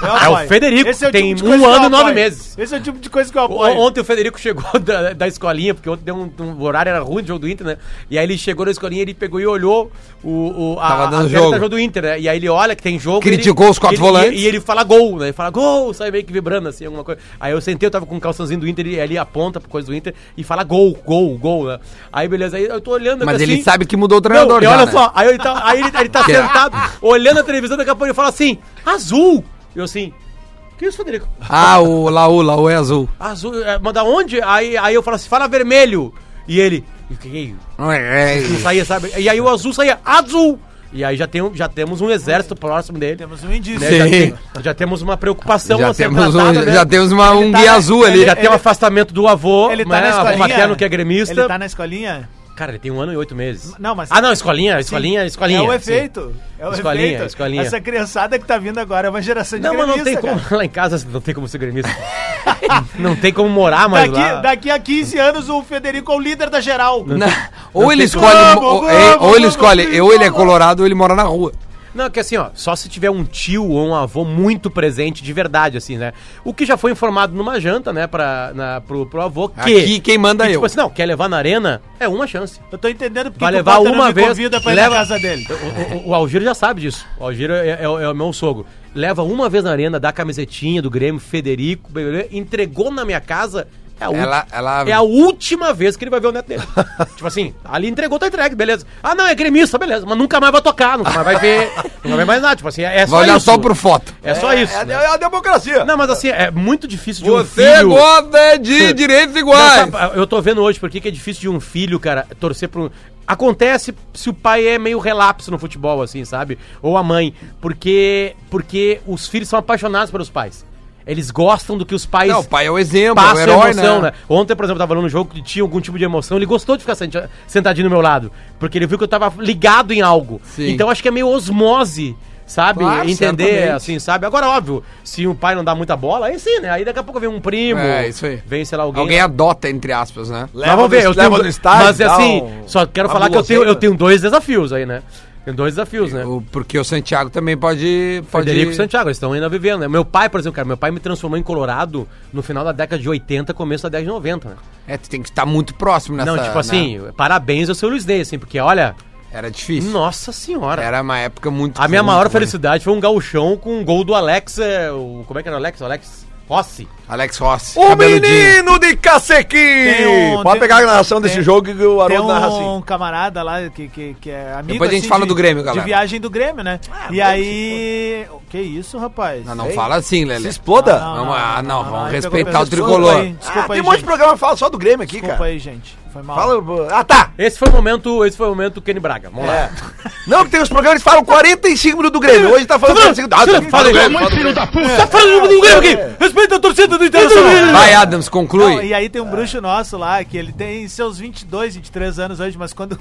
F: Eu
C: É o Federico,
F: Esse é o
C: tem
F: tipo de coisa
C: um
F: que eu
C: ano e nove
F: apoio.
C: meses.
F: Esse é o tipo de coisa que eu
C: O-
F: apoio.
C: Ontem o Federico chegou da, da escolinha, porque ontem deu um, um- o horário era ruim do jogo do Inter, né? E aí ele chegou na escolinha, ele pegou e olhou o, o, a,
B: Tava
C: a
B: dando
C: tela
B: jogo.
C: da do Inter, né? E aí ele olha que tem jogo.
B: Criticou
C: ele,
B: os quatro
C: ele-
B: volantes.
C: E, e ele fala gol, né? Ele fala gol, sai meio que vibrando assim, alguma coisa. Aí eu sentei, eu tava com um calçãozinho do Inter, e ele aponta pra coisa do Inter e fala gol, gol, gol, né? Aí beleza, aí eu tô olhando
B: Mas
C: assim,
B: ele sabe que mudou o
C: Não,
B: treinador
C: e
B: já,
C: olha
B: né? é.
C: só, aí ele tá, aí ele, ele tá sentado, olhando a televisão, daqui a pouco ele fala assim, azul! E eu assim, que isso, Federico?
B: Ah, o Laú, Laú é azul.
C: Azul, é, mas da onde? Aí, aí eu falo assim, fala vermelho! E ele, e que que é isso? Não saía, sabe? E aí o azul saía, azul! E aí já, tem, um- já temos um exército próximo dele.
F: Temos um indício.
C: né? Já,
B: Sim.
C: tem- já temos uma preocupação
B: já,
C: a ser
B: temos um,
C: tratada, né?
B: já temos uma, um
F: tá-
B: guia azul ali.
C: já
F: ele-
C: tem um afastamento do avô,
F: Ele
C: né?
F: tá na
C: avô
F: escolinha.
C: materno que é gremista.
F: Ele tá na escolinha?
C: Cara, ele tem um ano e oito meses.
F: Não, mas-
C: Ah, não, escolinha, escolinha,
F: Sim.
C: escolinha.
F: É o
C: sim.
F: efeito. É o
C: Escolinha,
F: efeito.
C: escolinha.
F: Essa criançada que tá vindo agora é uma geração de
C: Não, mas não tem
F: gremista,
C: como.
F: cara.
C: Lá em casa não tem como ser gremista. não tem como
F: Tá
C: morar mais lá.
F: Daqui, daqui a 15 anos o Federico é o líder da geral.
B: Não, ou ele
C: tem
B: escolhe,
F: como.
B: ou,
F: Vamos,
B: é,
F: vamos,
B: ou ele
F: vamos,
B: escolhe,
F: vamos,
B: ou ele é
F: vamos.
B: colorado ou ele mora na rua.
C: Não, é que assim, ó, só se tiver um tio ou um avô muito presente de verdade, assim, né? O que já foi informado numa janta, né, pra, na, pro, pro avô, que...
B: Aqui quem manda
C: que,
B: é
C: tipo
B: eu.
C: assim, não, quer levar na arena, é uma chance.
F: Eu tô entendendo porque
C: Vai
F: que o
C: levar
F: Potter
C: uma
F: não me
C: vez,
F: convida pra ir
C: leva-
F: na casa dele.
C: O, o, o Algiro já sabe disso. O Algiro é, é- é o- é o meu sogro. Leva uma vez na arena, dá a camisetinha do Grêmio, Federico, blá, blá, blá, entregou na minha casa. É a, ulti-
B: Ela- ela-
C: é a última vez que ele vai ver o neto dele. tipo assim, ali entregou, tá entregue, beleza. Ah, não, é gremista, beleza. Mas nunca mais vai tocar, nunca mais vai ver, nunca vai ver mais nada. Tipo assim, é, é só
B: Vai olhar
C: isso.
B: só por foto.
C: É só isso.
D: É, a-
C: né?
D: é a democracia.
C: Não, mas assim, é muito difícil de
B: Você
C: um filho...
B: gosta de direitos iguais.
C: Não, sabe, eu tô vendo hoje porque que é difícil de um filho, cara, torcer pro. Acontece se o pai é meio relapso no futebol, assim, sabe? Ou a mãe. Porque, porque os filhos são apaixonados pelos pais. Eles gostam do que os pais
B: Não, o pai é o exemplo, é o
C: passa
B: herói,
C: emoção,
B: né?
C: né? Ontem, por exemplo, eu tava num jogo que tinha algum tipo de emoção, ele gostou de ficar senta- sentadinho do meu lado, porque ele viu que eu tava ligado em algo.
B: Sim.
C: Então acho que é meio osmose, sabe?
B: Claro,
C: Entender,
B: certamente.
C: assim, sabe? Agora, óbvio, se o pai não dá muita bola, aí sim, né? Aí daqui a pouco vem um primo,
B: É, isso aí.
C: vem, sei lá, alguém. é.
B: Alguém adota, entre aspas, né?
C: Mas vamos ver, eu tenho,
D: no estádio,
C: mas
D: dá
C: assim,
D: um-
C: só quero
D: uma
C: falar que eu tenho, eu
D: guloseima.
C: tenho dois desafios aí, né? Tenho dois desafios, né?
B: O- porque o Santiago também pode. pode...
C: Frederico e Santiago, eles estão ainda vivendo, né? Meu pai, por exemplo, cara, meu pai me transformou em Colorado no final da década de 80, começo da década de 90, né?
B: É, tu tem que estar muito próximo nessa.
C: Não, tipo
B: né?
C: assim, parabéns ao seu Luiz Ney, assim, porque olha,
B: Era difícil.
C: nossa senhora.
B: Era uma época muito.
C: a minha
B: muito
C: maior
B: ruim.
C: felicidade foi um gauchão com um gol do Alex, é, o, como é que era o Alex? O Alex Rossi.
B: Alex Rossi.
D: O
B: cabeludinho.
D: menino de cacequi!
F: Tem um-
D: Pode
F: tem-
D: pegar a narração desse
F: tem-
D: jogo que o
F: Tem
D: Haroldo narra assim.
F: um camarada lá que, que, que é amigo
B: Depois a gente fala
F: de,
B: do Grêmio, galera. Ah,
F: De viagem do Grêmio, né? e aí... Que isso, rapaz?
B: Não, não fala assim,
D: Se
B: Lelê.
D: exploda?
F: Não,
B: Vamos, ah, não, vamos
F: aí pegou
B: respeitar o
F: pesado.
B: tricolor.
F: Desculpa aí,
D: Ah,
F: Desculpa aí,
D: tem um monte de
F: gente.
D: programa que fala só do Grêmio aqui,
F: Desculpa
D: cara.
F: aí, gente. Foi mal.
D: Fala. Ah, tá!
C: Esse foi o momento, esse foi o momento do Kenny Braga. Vamos lá.
D: É. Não, que tem uns programas que falam 45 minutos do Grêmio. Hoje tá falando 45 minutos. Ah, tá- fala do Grêmio. fala do Grêmio.
C: Tá falando do Grêmio aqui! Respeita a torcida do Internacional!
B: Vai, Adams, conclui.
F: Não, e aí tem um bruxo nosso lá, que ele tem seus 22, 23 anos hoje, mas quando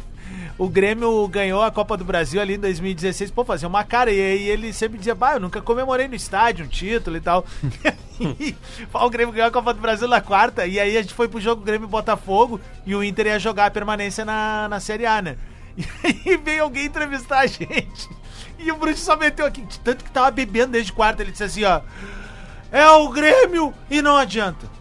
F: o Grêmio ganhou a Copa do Brasil ali em 2016, pô, fazia uma cara. E aí ele sempre dizia, bah, eu nunca comemorei no estádio um título e tal. E o Grêmio ganhou a Copa do Brasil na quarta, e aí a gente foi pro jogo Grêmio e Botafogo, e o Inter ia jogar a permanência na, na Série A, né? E aí veio alguém entrevistar a gente. E o bruxo só meteu aqui, de tanto que tava bebendo desde quarta, ele disse assim, ó... É o Grêmio e não adianta.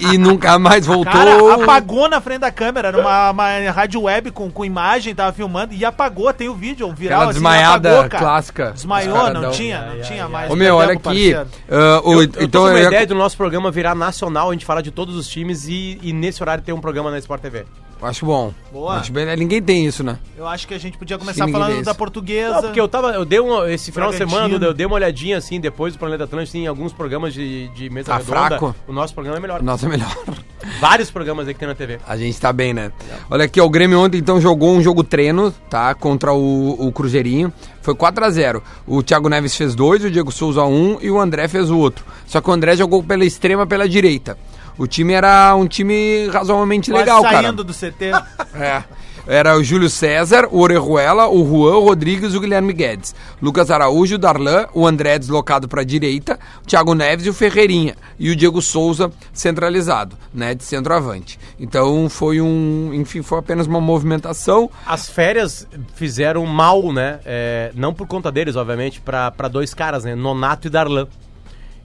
B: e, e nunca mais voltou.
F: Cara, apagou na frente da câmera, era uma, uma rádio web com, com imagem, tava filmando, e apagou, tem o vídeo, um viral
B: Aquela desmaiada
F: apagou, cara.
B: clássica. Os
F: Desmaiou,
B: caras
F: não
B: dão-
F: tinha, não tinha mais.
B: Ô meu, olha
F: Perdemos,
B: aqui.
F: parceiro.
B: ah, o-
C: é Eu, eu tô
B: então
C: com uma
B: eu ia-
C: ideia do nosso programa virar nacional, a gente falar de todos os times e, e nesse horário ter um programa na Sport TV.
B: acho bom.
F: Boa.
B: Acho bem- ninguém tem isso, né?
F: Eu acho que a gente podia começar
B: ninguém vê
F: falando
B: isso.
F: da portuguesa.
C: Não, porque eu tava. Eu dei um, esse final de
F: Bragantino.
C: semana, Duda, eu dei uma olhadinha assim, depois do Planeta Atlântico, em alguns programas de, de mesa
B: Tá fraco?
C: O nosso programa é melhor.
B: Nossa, melhor.
C: Vários programas aí que tem na TV.
B: A gente tá bem, né? Olha aqui, ó, o Grêmio ontem então jogou um jogo treino, tá? Contra o, o Cruzeirinho. Foi 4 a 0 O Thiago Neves fez dois, o Diego Souza um e o André fez o outro. Só que o André jogou pela extrema, pela direita. O time era um time razoavelmente
F: Quase
B: legal, cara.
F: saindo do CT.
B: É. Era o Júlio César, o Orejuela, o Juan, o Rodrigues e o Guilherme Guedes. Lucas Araújo, o Darlan, o André deslocado para a direita, o Thiago Neves e o Ferreirinha. E o Diego Souza centralizado, né, de centroavante. Então foi um, enfim, foi apenas uma movimentação.
C: As férias fizeram mal, né? É, não por conta deles, obviamente, pra, pra dois caras, né? Nonato e Darlan.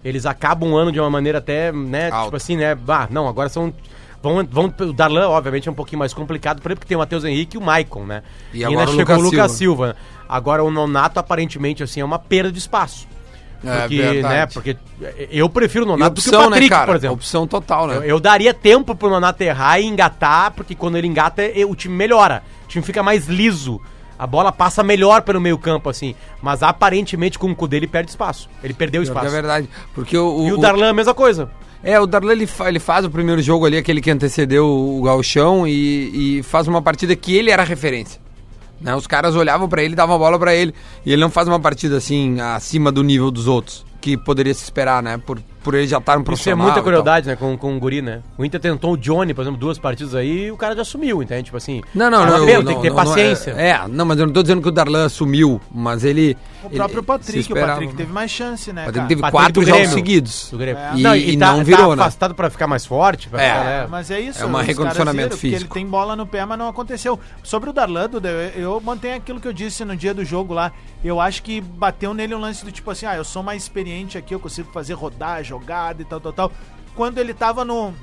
C: Eles acabam o ano de uma maneira até, né?
B: Alta.
C: Tipo assim, né? Ah, não, agora são. Vão, vão, o Darlan, obviamente, é um pouquinho mais complicado pra ele, porque tem o Matheus Henrique e o Maicon, né?
B: E agora o Lucas
C: Silva. Agora o Nonato, aparentemente, assim, é uma perda de espaço.
B: É
C: Porque,
B: verdade.
C: né? Porque eu prefiro o
B: E
C: Nonato do que o
B: opção,
C: Patrick,
B: né, cara?
C: por exemplo.
B: Opção total, né?
C: Eu, eu daria tempo pro Nonato errar e engatar, porque quando ele engata, eh, o time melhora. O time fica mais liso. A bola passa melhor pelo meio campo, assim. Mas aparentemente com o Cudê ele perde espaço. Ele perdeu
B: Pior que
C: espaço.
B: É verdade, porque o,
C: E o Darlan é a mesma coisa.
B: É, o Darlan ele, fa- ele faz o primeiro jogo ali, aquele que antecedeu o Galchão, e, e faz uma partida que ele era referência. Né? Os caras olhavam pra ele, davam a bola pra ele. E ele não faz uma partida assim, acima do nível dos outros, que poderia se esperar, né? Por, por ele já estar um
C: Isso é
B: profissional.
C: muita
B: e tal.
C: crueldade, né? Com, com o Guri, né? O Inter tentou o Johnny, por exemplo, duas partidas aí e o cara já sumiu, entende? Tipo assim.
B: Não, não,
C: é
B: não.
C: apelo,
B: não,
C: Tem que ter
B: não, não,
C: paciência.
B: é, é, não, mas eu não tô dizendo que o Darlan sumiu, mas ele.
F: O
B: ele
F: próprio
B: se
F: Patrick, o
B: esperava.
F: Patrick teve mais chance, né?
B: Patrick
F: cara?
B: teve
C: Patrick
B: quatro
C: do
B: jogos
C: Grêmio.
B: seguidos.
C: Do Grêmio.
F: É.
B: E,
C: Não,
B: e
C: tá-
B: não virou,
C: tá
B: né?
C: afastado pra ficar mais forte. pra
B: É.
C: ficar, né?
F: Mas é isso.
B: É um
F: os caras
B: recondicionamento
F: viram, porque
B: físico.
F: Ele tem bola no pé, mas não aconteceu. Sobre o Darlan, Duda, eu, eu mantenho aquilo que eu disse no dia do jogo lá. Eu acho que bateu nele um lance do tipo assim, ah, eu sou mais experiente aqui, eu consigo fazer rodar, jogada e tal, tal, tal. Quando ele tava no...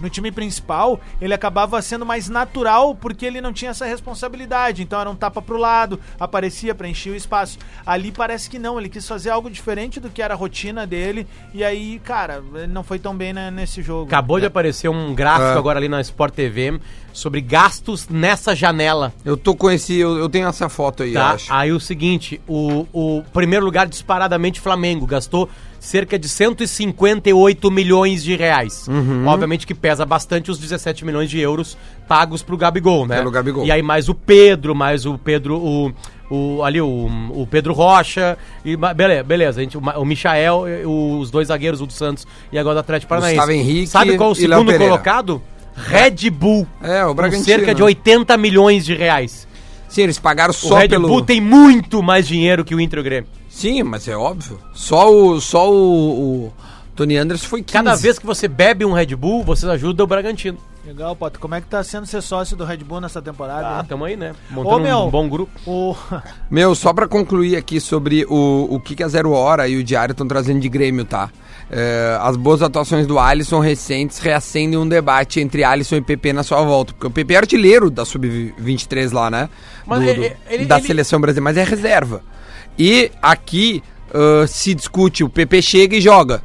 F: No time principal, ele acabava sendo mais natural porque ele não tinha essa responsabilidade. Então era um tapa pro lado, aparecia, preenchia o espaço. Ali parece que não, ele quis fazer algo diferente do que era a rotina dele. E aí, cara, ele não foi tão bem né, nesse jogo.
C: Acabou de aparecer um gráfico
B: É.
C: agora ali na Sport TV sobre gastos nessa janela.
B: Eu tô com esse. Eu, eu tenho essa foto aí, eu
C: Tá?
B: acho.
C: Aí o seguinte, o, o primeiro lugar disparadamente Flamengo gastou cerca de 158 milhões de reais.
B: Uhum.
C: Obviamente que pesa bastante os 17 milhões de euros pagos pro Gabigol, né?
B: Pelo Gabigol.
C: E aí mais o Pedro, mais o Pedro o, o ali o, o Pedro Rocha e ma- beleza, beleza, a gente, o, Ma- o Michael, e os dois zagueiros, o do Santos e agora do Atlético Paranaense.
B: Gustavo Henrique
C: Sabe qual o
B: e Léo
C: segundo
B: Pereira.
C: colocado? Red Bull.
B: É, o
C: com
B: Bragantino,
C: cerca de
B: né?
C: 80 milhões de reais.
B: Sim, eles pagaram
C: O
B: só
C: Red
B: pelo.
C: Bull tem muito mais dinheiro que o Inter e o Grêmio.
B: Sim, mas é óbvio. Só o, só o, o Tony Anderson foi 15.
C: Cada vez que você bebe um Red Bull, você ajuda o Bragantino.
F: Legal, Potter. Como é que tá sendo ser sócio do Red Bull nessa temporada?
C: Ah,
F: né?
C: tamo aí, né?
F: Ô,
C: Montando
F: meu.
C: um bom grupo.
F: O...
B: Meu, só pra concluir aqui sobre o, o que, que a Zero Hora e o Diário estão trazendo de Grêmio, tá? É, as boas atuações do Alisson recentes reacendem um debate entre Alisson e PP na sua volta. Porque o PP é artilheiro da Sub-23 lá, né?
C: Mas
B: Do- do-
C: ele- ele-
B: da
C: ele-
B: seleção brasileira, mas é reserva. E aqui ah, se discute, o PP chega e joga.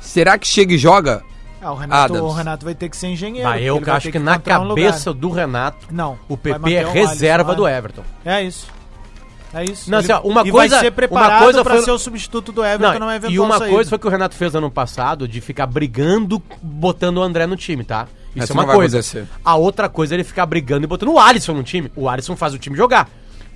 B: Será que chega e joga?
F: Ah, o, Renato,
B: Adams.
F: o Renato vai ter que ser engenheiro.
C: Mas eu
F: porque ele vai
C: acho
F: ter
C: que, na
F: encontrar um
C: cabeça
F: lugar.
C: do Renato,
F: Não,
C: o
F: vai
C: PP é
F: manter um o Alisson
C: reserva
F: lá.
C: do Everton.
F: É isso. É isso.
C: Não, assim, ó, uma
F: e
C: coisa-
F: vai ser
C: uma
F: preparado
C: coisa
F: pra
C: foi-
F: ser o substituto do Everton
C: Não,
F: numa eventual
C: e uma
F: saída.
C: coisa foi que o Renato fez ano passado de ficar brigando, botando o André no time, tá? Isso
B: Essa
C: é uma
B: não vai
C: coisa.
B: acontecer.
C: A outra coisa é ele ficar brigando e botando o Alisson no time. O Alisson faz o time jogar.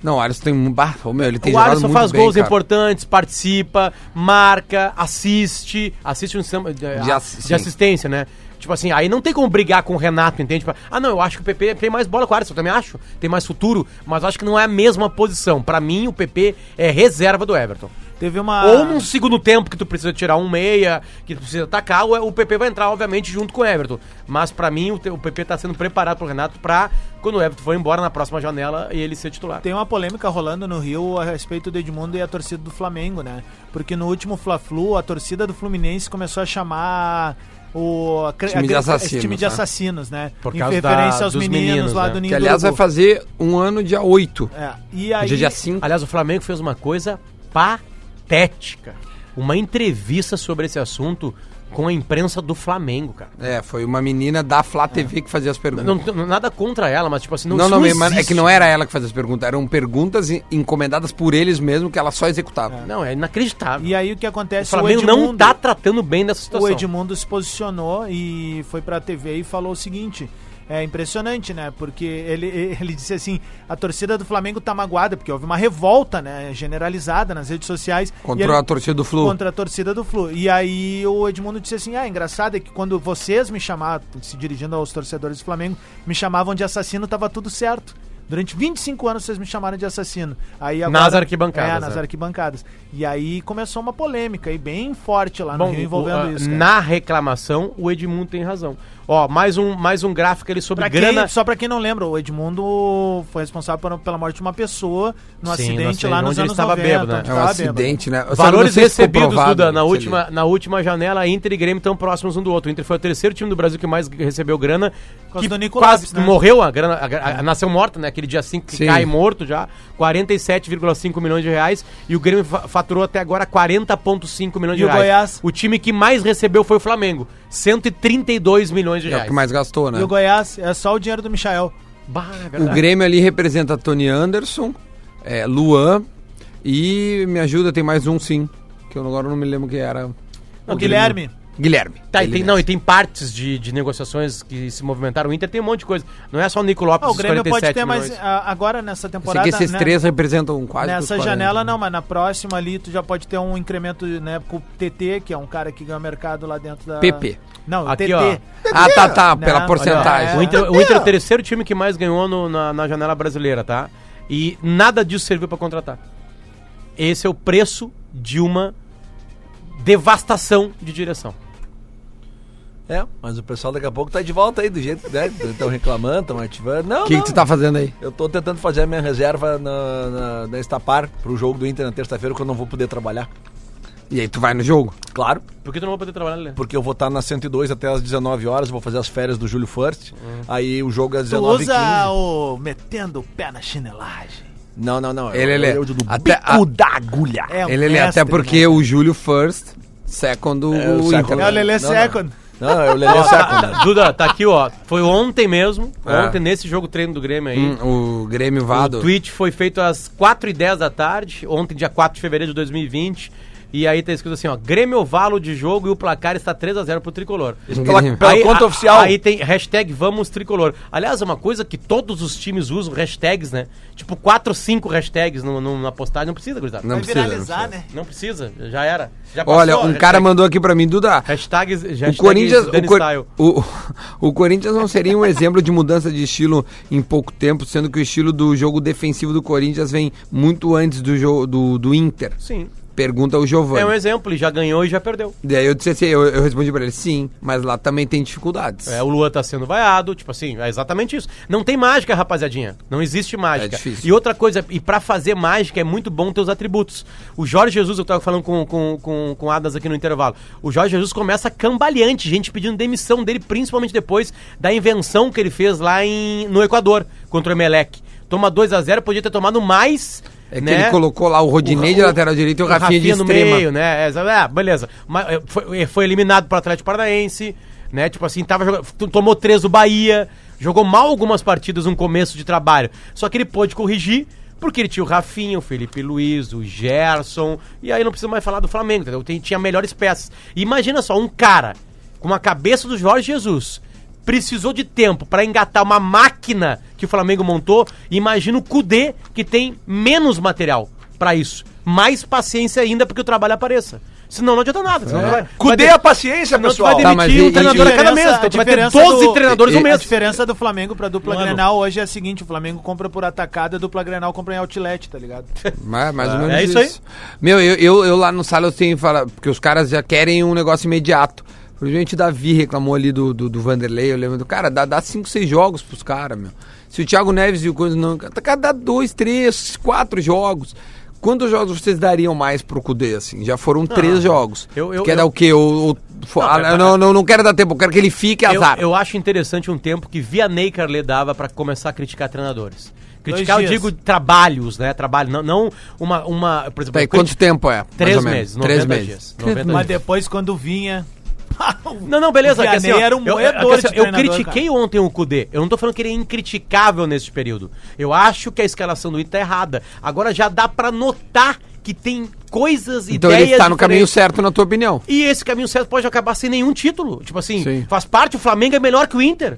B: Não, o Alisson tem um. Bah, ô, meu, ele tem
C: o
B: jogado
C: Alisson
B: muito
C: faz
B: bem,
C: gols
B: cara.
C: importantes, participa, marca, assiste, assiste um sistema de,
B: De
C: a-
B: assi-
C: de
B: sim.
C: assistência, né? Tipo assim, aí não tem como brigar com o Renato, entende? Tipo, ah, não, eu acho que o PP tem mais bola que o Alisson, eu também acho, tem mais futuro, mas acho que não é a mesma posição. Pra mim, o PP é reserva do Everton.
F: Teve uma...
B: Ah.
C: Ou num segundo tempo que tu precisa tirar um meia, que tu precisa atacar, o o PP vai entrar, obviamente, junto com o Everton. Mas pra mim, o, te- o PP tá sendo preparado pro Renato pra, quando o Everton for embora na próxima janela, ele ser titular.
F: Tem uma polêmica rolando no Rio a respeito do Edmundo e a torcida do Flamengo, né? Porque no último Fla-Flu, a torcida do Fluminense começou a chamar o a cre-
B: Time de
F: a- esse
B: assassinos,
F: time de
B: né?
F: assassinos, né?
C: Por
F: em
C: causa da-
F: referência aos
C: dos
F: meninos,
C: meninos,
F: lá
C: né?
F: do Ninho
B: Que aliás
F: do
B: vai fazer um ano dia 8.
F: É, e aí,
B: Dia dia 5.
C: Aliás, o Flamengo fez uma coisa patética. Uma entrevista sobre esse assunto com a imprensa do Flamengo, cara.
B: É, foi uma menina da Flá TV que fazia as perguntas.
C: Não, não- nada contra ela, mas tipo assim, não
B: Não, não,
C: isso
B: mas é
C: existe.
B: que não era ela que fazia as perguntas, eram perguntas en- encomendadas por eles mesmo que ela só executava.
C: Não, é inacreditável.
F: E aí o que
C: o
F: acontece?
C: Flamengo não tá tratando bem dessa situação.
F: O Edmundo se posicionou e foi pra TV e falou o seguinte. É impressionante, né? Porque ele, ele disse assim: a torcida do Flamengo tá magoada, porque houve uma revolta, né? Generalizada nas redes sociais. E
B: Contra
F: ele-
B: a torcida do Flu.
F: Contra a torcida do Flu. E aí o Edmundo disse assim: ah, engraçado é que quando vocês me chamavam, se dirigindo aos torcedores do Flamengo, me chamavam de assassino, tava tudo certo. Durante 25 anos vocês me chamaram de assassino. Aí agora-
C: Nas arquibancadas,
F: É, nas
C: né?
F: arquibancadas. E aí começou uma polêmica aí bem forte lá no
C: Bom,
F: Rio
C: o-
F: envolvendo
C: a-
F: isso. cara.
C: na reclamação, o Edmundo tem razão. Ó, mais um, mais um gráfico ali sobre
F: Pra quem-
C: grana.
F: só pra quem não lembra, o Edmundo foi responsável por- pela morte de uma pessoa no
C: Sim, no
F: acidente
C: acidente,
F: lá nos
C: onde ele
F: anos
C: estava
F: 90.
C: bêbado, né?
F: onde
B: É um
F: estava
B: acidente, né? Eu só não
C: Valores
B: sei se ficou
C: recebidos,
B: provado, É
C: Duda, na
B: se ele-
C: última, na última janela, Inter e Grêmio estão próximos um do outro. O Inter foi o terceiro time do Brasil que mais recebeu grana.
F: causa
C: Que
F: do Nico
C: quase
F: Lopes, né?
C: morreu, a grana, a, gra- a- nasceu morta, né? Aquele dia 5 que
B: Sim.
C: cai morto já. 47,5 milhões de reais. E o Grêmio fa- faturou até agora 40,5 milhões de
F: E o
C: reais.
F: Goiás?
C: O time que mais recebeu foi o Flamengo. 132 milhões de
B: É
C: reais.
B: o que mais gastou, né?
F: E o Goiás é só o dinheiro do Michael.
C: Bah, é
B: O
C: verdade.
B: Grêmio ali representa Tony Anderson, é, Luan e me ajuda, tem mais um sim, que eu agora não me lembro quem era.
F: O Guilherme.
B: Guilherme.
C: Tá, e
B: Ele
C: tem,
B: mesmo.
C: não, e tem partes de, de negociações que se movimentaram. O Inter tem um monte de coisa. Não é só o Nico Lopes,
F: Ah, o Grêmio pode
C: 47
F: ter, mas
C: milhões.
F: ah, agora nessa
B: Eu sei
F: temporada.
B: que esses
F: né,
B: três representam quase que os
F: Nessa
B: 40,
F: janela
B: né?
F: não, mas na próxima ali tu já pode ter um incremento né, com o TT, que é um cara que ganha mercado lá dentro da.
B: PP.
F: Não,
C: Aqui,
F: TT.
C: ó.
B: Ah, tá, tá,
F: Não,
B: pela
F: olha,
B: porcentagem.
F: é.
C: O Inter, o Inter é o terceiro time que mais ganhou no- na, na janela brasileira, tá? E nada disso serviu pra contratar. Esse é o preço de uma devastação de direção.
D: É, mas o pessoal daqui a pouco tá de volta aí, do jeito que né? Estão reclamando, estão ativando. Não,
B: O que,
D: não.
B: que tu tá fazendo aí?
D: Eu tô tentando fazer a minha reserva na, na, na Estapar pro jogo do Inter na terça-feira, que eu não vou poder trabalhar.
B: E aí tu vai no jogo.
D: Claro,
C: Por que tu não vai poder trabalhar, Lelê?
D: porque eu vou estar na 102 até às 19 horas, vou fazer as férias do Júlio First. Aí o jogo é às
F: Tu
D: 19 h 15
F: usa o. metendo o pé na chinelagem.
D: Não, não, é não.
B: Ele,
D: eu,
B: ele-
D: eu, do
B: até
D: bico
B: a-
D: da agulha.
F: É, o
B: ele, ele
F: mestre,
B: até porque
F: né?
B: o Júlio first, second
D: É,
B: o
D: second.
B: Inter.
F: É o
D: Não,
F: Lelê
D: não.
F: Second.
D: Não, não, é o Lelê Second.
C: Duda, tá aqui, ó. Foi ontem mesmo.
B: É.
C: Ontem, nesse jogo treino do Grêmio aí.
B: Hum, o Grêmio Vado.
C: O tweet foi feito às 4h10 da tarde, ontem, dia 4 de fevereiro de 2020. E aí tá escrito assim, ó, Grêmio Valo de jogo e o placar está 3x0 pro Tricolor.
D: Pela,
B: Grêmio.
D: pela conta
C: a-
D: oficial.
C: Aí tem hashtag Vamos Tricolor. Aliás, é uma coisa que todos os times usam hashtags, né? Tipo, 4, 5 hashtags no, no- na postagem. Não precisa, gurizada.
B: Não
F: Vai
B: precisa, não
F: viralizar,
B: precisa.
F: né?
C: Não precisa, já era. Já passou,
B: Olha, um
C: hashtag-
B: cara mandou aqui pra mim, Duda.
C: Hashtags,
B: O
C: hashtags
B: Corinthians, o,
C: Dani
B: Cor-
C: Style.
B: o- o Corinthians não seria um exemplo de mudança de estilo em pouco tempo, sendo que o estilo do jogo defensivo do Corinthians vem muito antes do, jo- do, do Inter.
C: Sim.
B: Pergunta o Giovanni.
C: É um exemplo, e já ganhou e já perdeu.
B: Daí eu disse assim, eu, eu respondi pra ele, sim, mas lá também tem dificuldades.
C: É, o Luan tá sendo vaiado, tipo assim, é exatamente isso. Não tem mágica, rapaziadinha. Não existe mágica.
B: É difícil.
C: E outra coisa, e pra fazer mágica é muito bom ter os atributos. O Jorge Jesus, eu tava falando com, com, com, com o Adas aqui no intervalo. O Jorge Jesus começa cambaleante, gente pedindo demissão dele, principalmente depois da invenção que ele fez lá em, no Equador contra o Emelec. Toma 2 a 0 podia ter tomado mais.
B: É que
C: né?
B: ele colocou lá o Rodinei de
C: o-
B: lateral direito e o Rafinha, de
C: no
B: extrema.
C: meio, né? É, sabe, ah, beleza. Mas é, foi, foi eliminado pro Atlético Paranaense, né? Tipo assim, tava jogando, t- tomou três do Bahia, jogou mal algumas partidas no começo de trabalho. Só que ele pôde corrigir. Porque ele tinha o Rafinha, o Felipe Luiz, o Gerson, e aí não precisa mais falar do Flamengo, entendeu? Tem- tinha melhores peças. E imagina só, um cara com a cabeça do Jorge Jesus precisou de tempo pra engatar uma máquina que o Flamengo montou. Imagina o Cudê, que tem menos material pra isso. Mais paciência ainda porque o trabalho apareça. Senão não adianta nada. Senão tu vai,
F: é
D: Cudê
C: vai
D: a paciência,
C: senão tu
D: pessoal.
C: vai
B: Tá, mas
C: demitir
B: e-
C: um treinador
B: e-
C: a É, cada
F: diferença-
C: mês. Então tu
F: a
C: vai ter
F: diferença
C: 12
F: do- é,
C: treinadores
B: e-
C: no
B: e-
F: A
C: mês.
F: diferença do Flamengo pra dupla
C: Mano.
F: Grenal hoje é a seguinte, o Flamengo compra por atacada, a dupla Grenal compra em outlet, tá ligado?
B: Mais, mais ou
C: É,
B: menos
C: é isso aí.
B: Meu, eu, eu, eu lá no sala eu tenho que falar, porque os caras já querem um negócio imediato. Por exemplo, o Davi reclamou ali do, do, do Vanderlei, eu lembro do cara, dá, dá cinco, seis jogos pros caras, meu. Se o Thiago Neves e o Coisa não. Cara, dá dois, três, quatro jogos. Quantos jogos vocês dariam mais pro Cudê, assim? Já foram três jogos.
C: Ah, Eu- eu-
B: Tu quer
C: eu-
B: dar o quê? O, o- fo- ah,
C: mas-
B: não, não, não quero dar tempo, eu quero que ele fique
C: Eu,
B: azar.
C: eu acho interessante um tempo que Vianney Carle dava pra começar a criticar treinadores. Criticar, eu
F: dias.
C: digo, trabalhos, né? Trabalho, não, não uma, uma. Por exemplo,
B: Tá, e
C: eu
B: quanto
C: criti-
B: tempo é? mais
C: Três
B: ou menos?
C: meses, 90
B: Três meses.
C: dias.
B: Três
C: 90
B: meses.
F: Mas depois quando vinha.
C: Não, não, beleza. é que
F: Vianney
C: assim, ó,
F: era um
C: eu, é que
F: moedor
C: assim,
F: de
C: ó, eu
F: treinador,
C: critiquei ontem o Kudê. Eu não tô falando que ele é incriticável nesse período. Eu acho que a escalação do Inter tá errada. Agora já dá pra notar que tem coisas,
B: Então
C: ideias
B: ele está no
C: diferentes.
B: caminho certo, na tua opinião.
C: E esse caminho certo pode acabar sem nenhum título. Tipo assim,
B: Sim.
C: faz parte, o Flamengo é melhor que o Inter.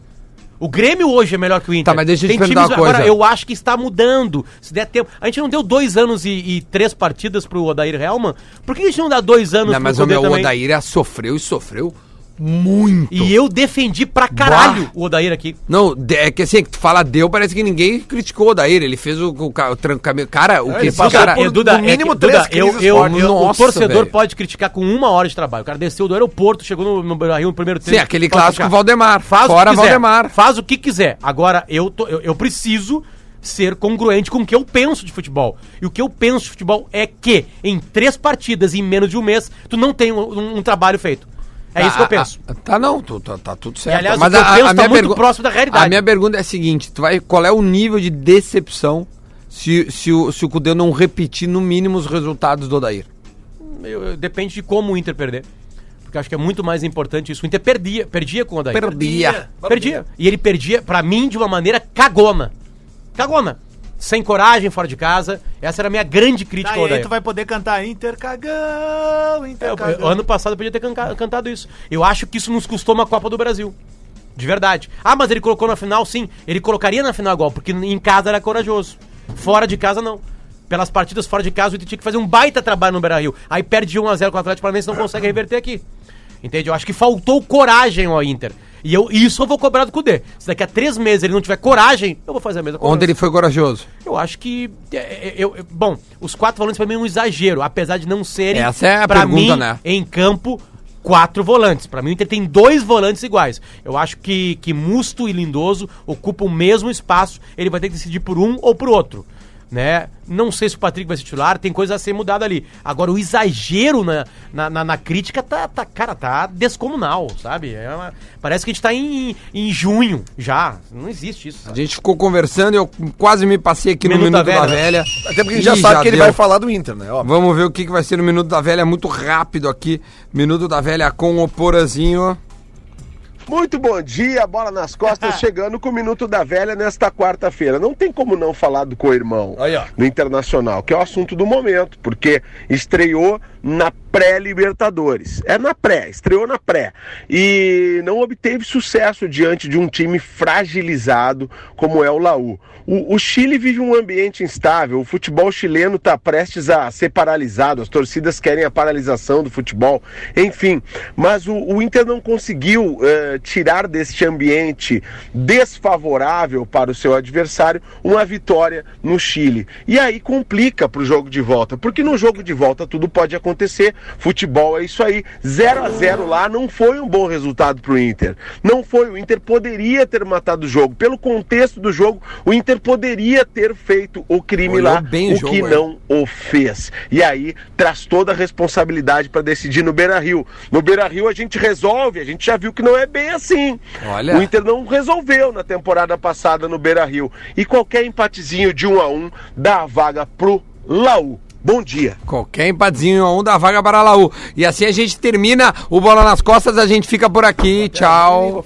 C: O Grêmio hoje é melhor que o Inter.
B: Tá, mas deixa eu te perguntar uma
C: agora,
B: coisa.
C: eu acho que está mudando. Se der tempo. A gente não deu dois anos e, e três partidas pro Odair Helman. Por que a gente não dá dois anos
B: Não, mas o
C: Kudê
B: meu
C: também?
B: Odaíra sofreu e sofreu muito.
C: E é- eu defendi pra caralho o Odair aqui.
B: Não, de- é que assim, que tu fala deu, parece que ninguém criticou o Odaíra. Ele fez o, o, ca- o tranca- Cara,
C: É,
B: o que
D: ele
B: esse
D: passou
B: cara...
D: por-
C: eu, Duda,
D: no mínimo
C: é que, Duda,
D: três
C: eu,
D: crises
C: eu,
B: fortes.
C: eu-
B: Nossa,
C: O torcedor
B: velho.
C: pode criticar com uma hora de trabalho. O cara desceu do aeroporto, chegou no, no Beira Rio no primeiro
B: Sim,
C: tempo.
B: aquele
C: pode
B: clássico
C: criticar.
B: Valdemar.
C: Faz
B: Fora
C: o que quiser.
B: Valdemar.
C: Faz o que quiser. Agora, eu, tô- eu, eu preciso ser congruente com o que eu penso de futebol. E o que eu penso de futebol é que, em três partidas, em menos de um mês, tu não tem um, um- um trabalho feito. É isso que eu
B: Ah, ah,
C: penso.
B: ah, tá, não, tu- tá, tá tudo certo.
C: E, aliás, o que eu penso tá muito próximo da realidade.
B: A minha pergunta é a seguinte: tu vai, qual é o nível de decepção se, se, o, se o Cudê não repetir, no mínimo, os resultados do Odair?
C: Eu- eu- depende de como o Inter perder. Porque eu acho que é muito mais importante isso. O Inter perdia, perdia com o Odair.
B: Perdia.
C: Perdia. E ele perdia, pra mim, de uma maneira cagona. Cagona. Sem coragem, fora de casa. Essa era a minha grande crítica
F: Daí
C: ao Odair.
F: tu vai poder cantar Inter cagão,
C: É,
F: Inter
C: eu- eu-
F: cagão.
C: ano passado eu podia ter canca- cantado isso. Eu acho que isso nos custou uma Copa do Brasil. De verdade. Ah, mas ele colocou na final, sim. Ele colocaria na final igual, porque em casa era corajoso. Fora de casa, não. Pelas partidas fora de casa, o Inter tinha que fazer um baita trabalho no Beira-Rio. Aí perde de 1x0 com o Atlético Paranaense e não consegue reverter aqui. Entende? Eu acho que faltou coragem ao Inter. E eu, isso eu vou cobrar do Cudê. Se daqui a três meses ele não tiver coragem, eu vou fazer a mesma coisa.
B: Onde ele foi corajoso?
C: Eu acho que. é, é, eu- eu- bom, os quatro volantes pra mim é um exagero, apesar de não serem.
B: Essa é a
C: pra
B: pergunta,
C: mim,
B: né?
C: Em campo, quatro volantes. Pra mim, o Inter tem dois volantes iguais. Eu acho que, que Musto e Lindoso ocupam o mesmo espaço. Ele vai ter que decidir por um ou por outro. Né? Não sei se o Patrick vai ser titular, tem coisa a ser mudada ali. Agora, o exagero na, na, na- na crítica tá, tá, cara, tá descomunal, sabe? É uma- parece que a gente tá em, em junho já. Não existe isso.
B: A
C: sabe?
B: gente ficou conversando e eu quase me passei aqui no
C: Minuto
B: Minuto
C: da
B: da Velha.
C: Velha.
D: Até porque a gente
B: Ih,
D: já sabe que ele
B: deu.
D: vai falar do Inter, né? Óbvio.
B: Vamos ver o que, que vai ser no Minuto da Velha, muito rápido aqui. Minuto da Velha com o Porazinho.
G: Muito bom dia, bola nas costas, chegando com o Minuto da Velha nesta quarta-feira. Não tem como não falar do co-irmão
D: Aí, ó.
G: do Internacional, que é o assunto do momento, porque estreou na pré-Libertadores. É na pré, estreou na pré. E não obteve sucesso diante de um time fragilizado como é o Laú. O, o Chile vive um ambiente instável, o futebol chileno está prestes a ser paralisado, as torcidas querem a paralisação do futebol, enfim. Mas o, o Inter não conseguiu eh, tirar deste ambiente desfavorável para o seu adversário uma vitória no Chile. E aí complica para o jogo de volta, porque no jogo de volta tudo pode acontecer. Futebol é isso aí. 0 a 0 lá não foi um bom resultado para o Inter. Não foi. O Inter poderia ter matado o jogo. Pelo contexto do jogo, o Inter poderia ter feito o crime
B: Olhou
G: lá,
B: bem o
G: o
B: jogo,
G: que
B: hein?
G: não não o fez. E aí traz toda a responsabilidade para decidir no Beira Rio. No Beira Rio a gente resolve, a gente já viu que não é bem assim.
B: Olha.
G: O Inter não resolveu na temporada passada no Beira Rio. E qualquer empatezinho de um a um dá a vaga pro Laú. Bom dia.
B: Qualquer empatezinho a um dá vaga para Laú. E assim a gente termina o Bola nas Costas, a gente fica por aqui. Tchau.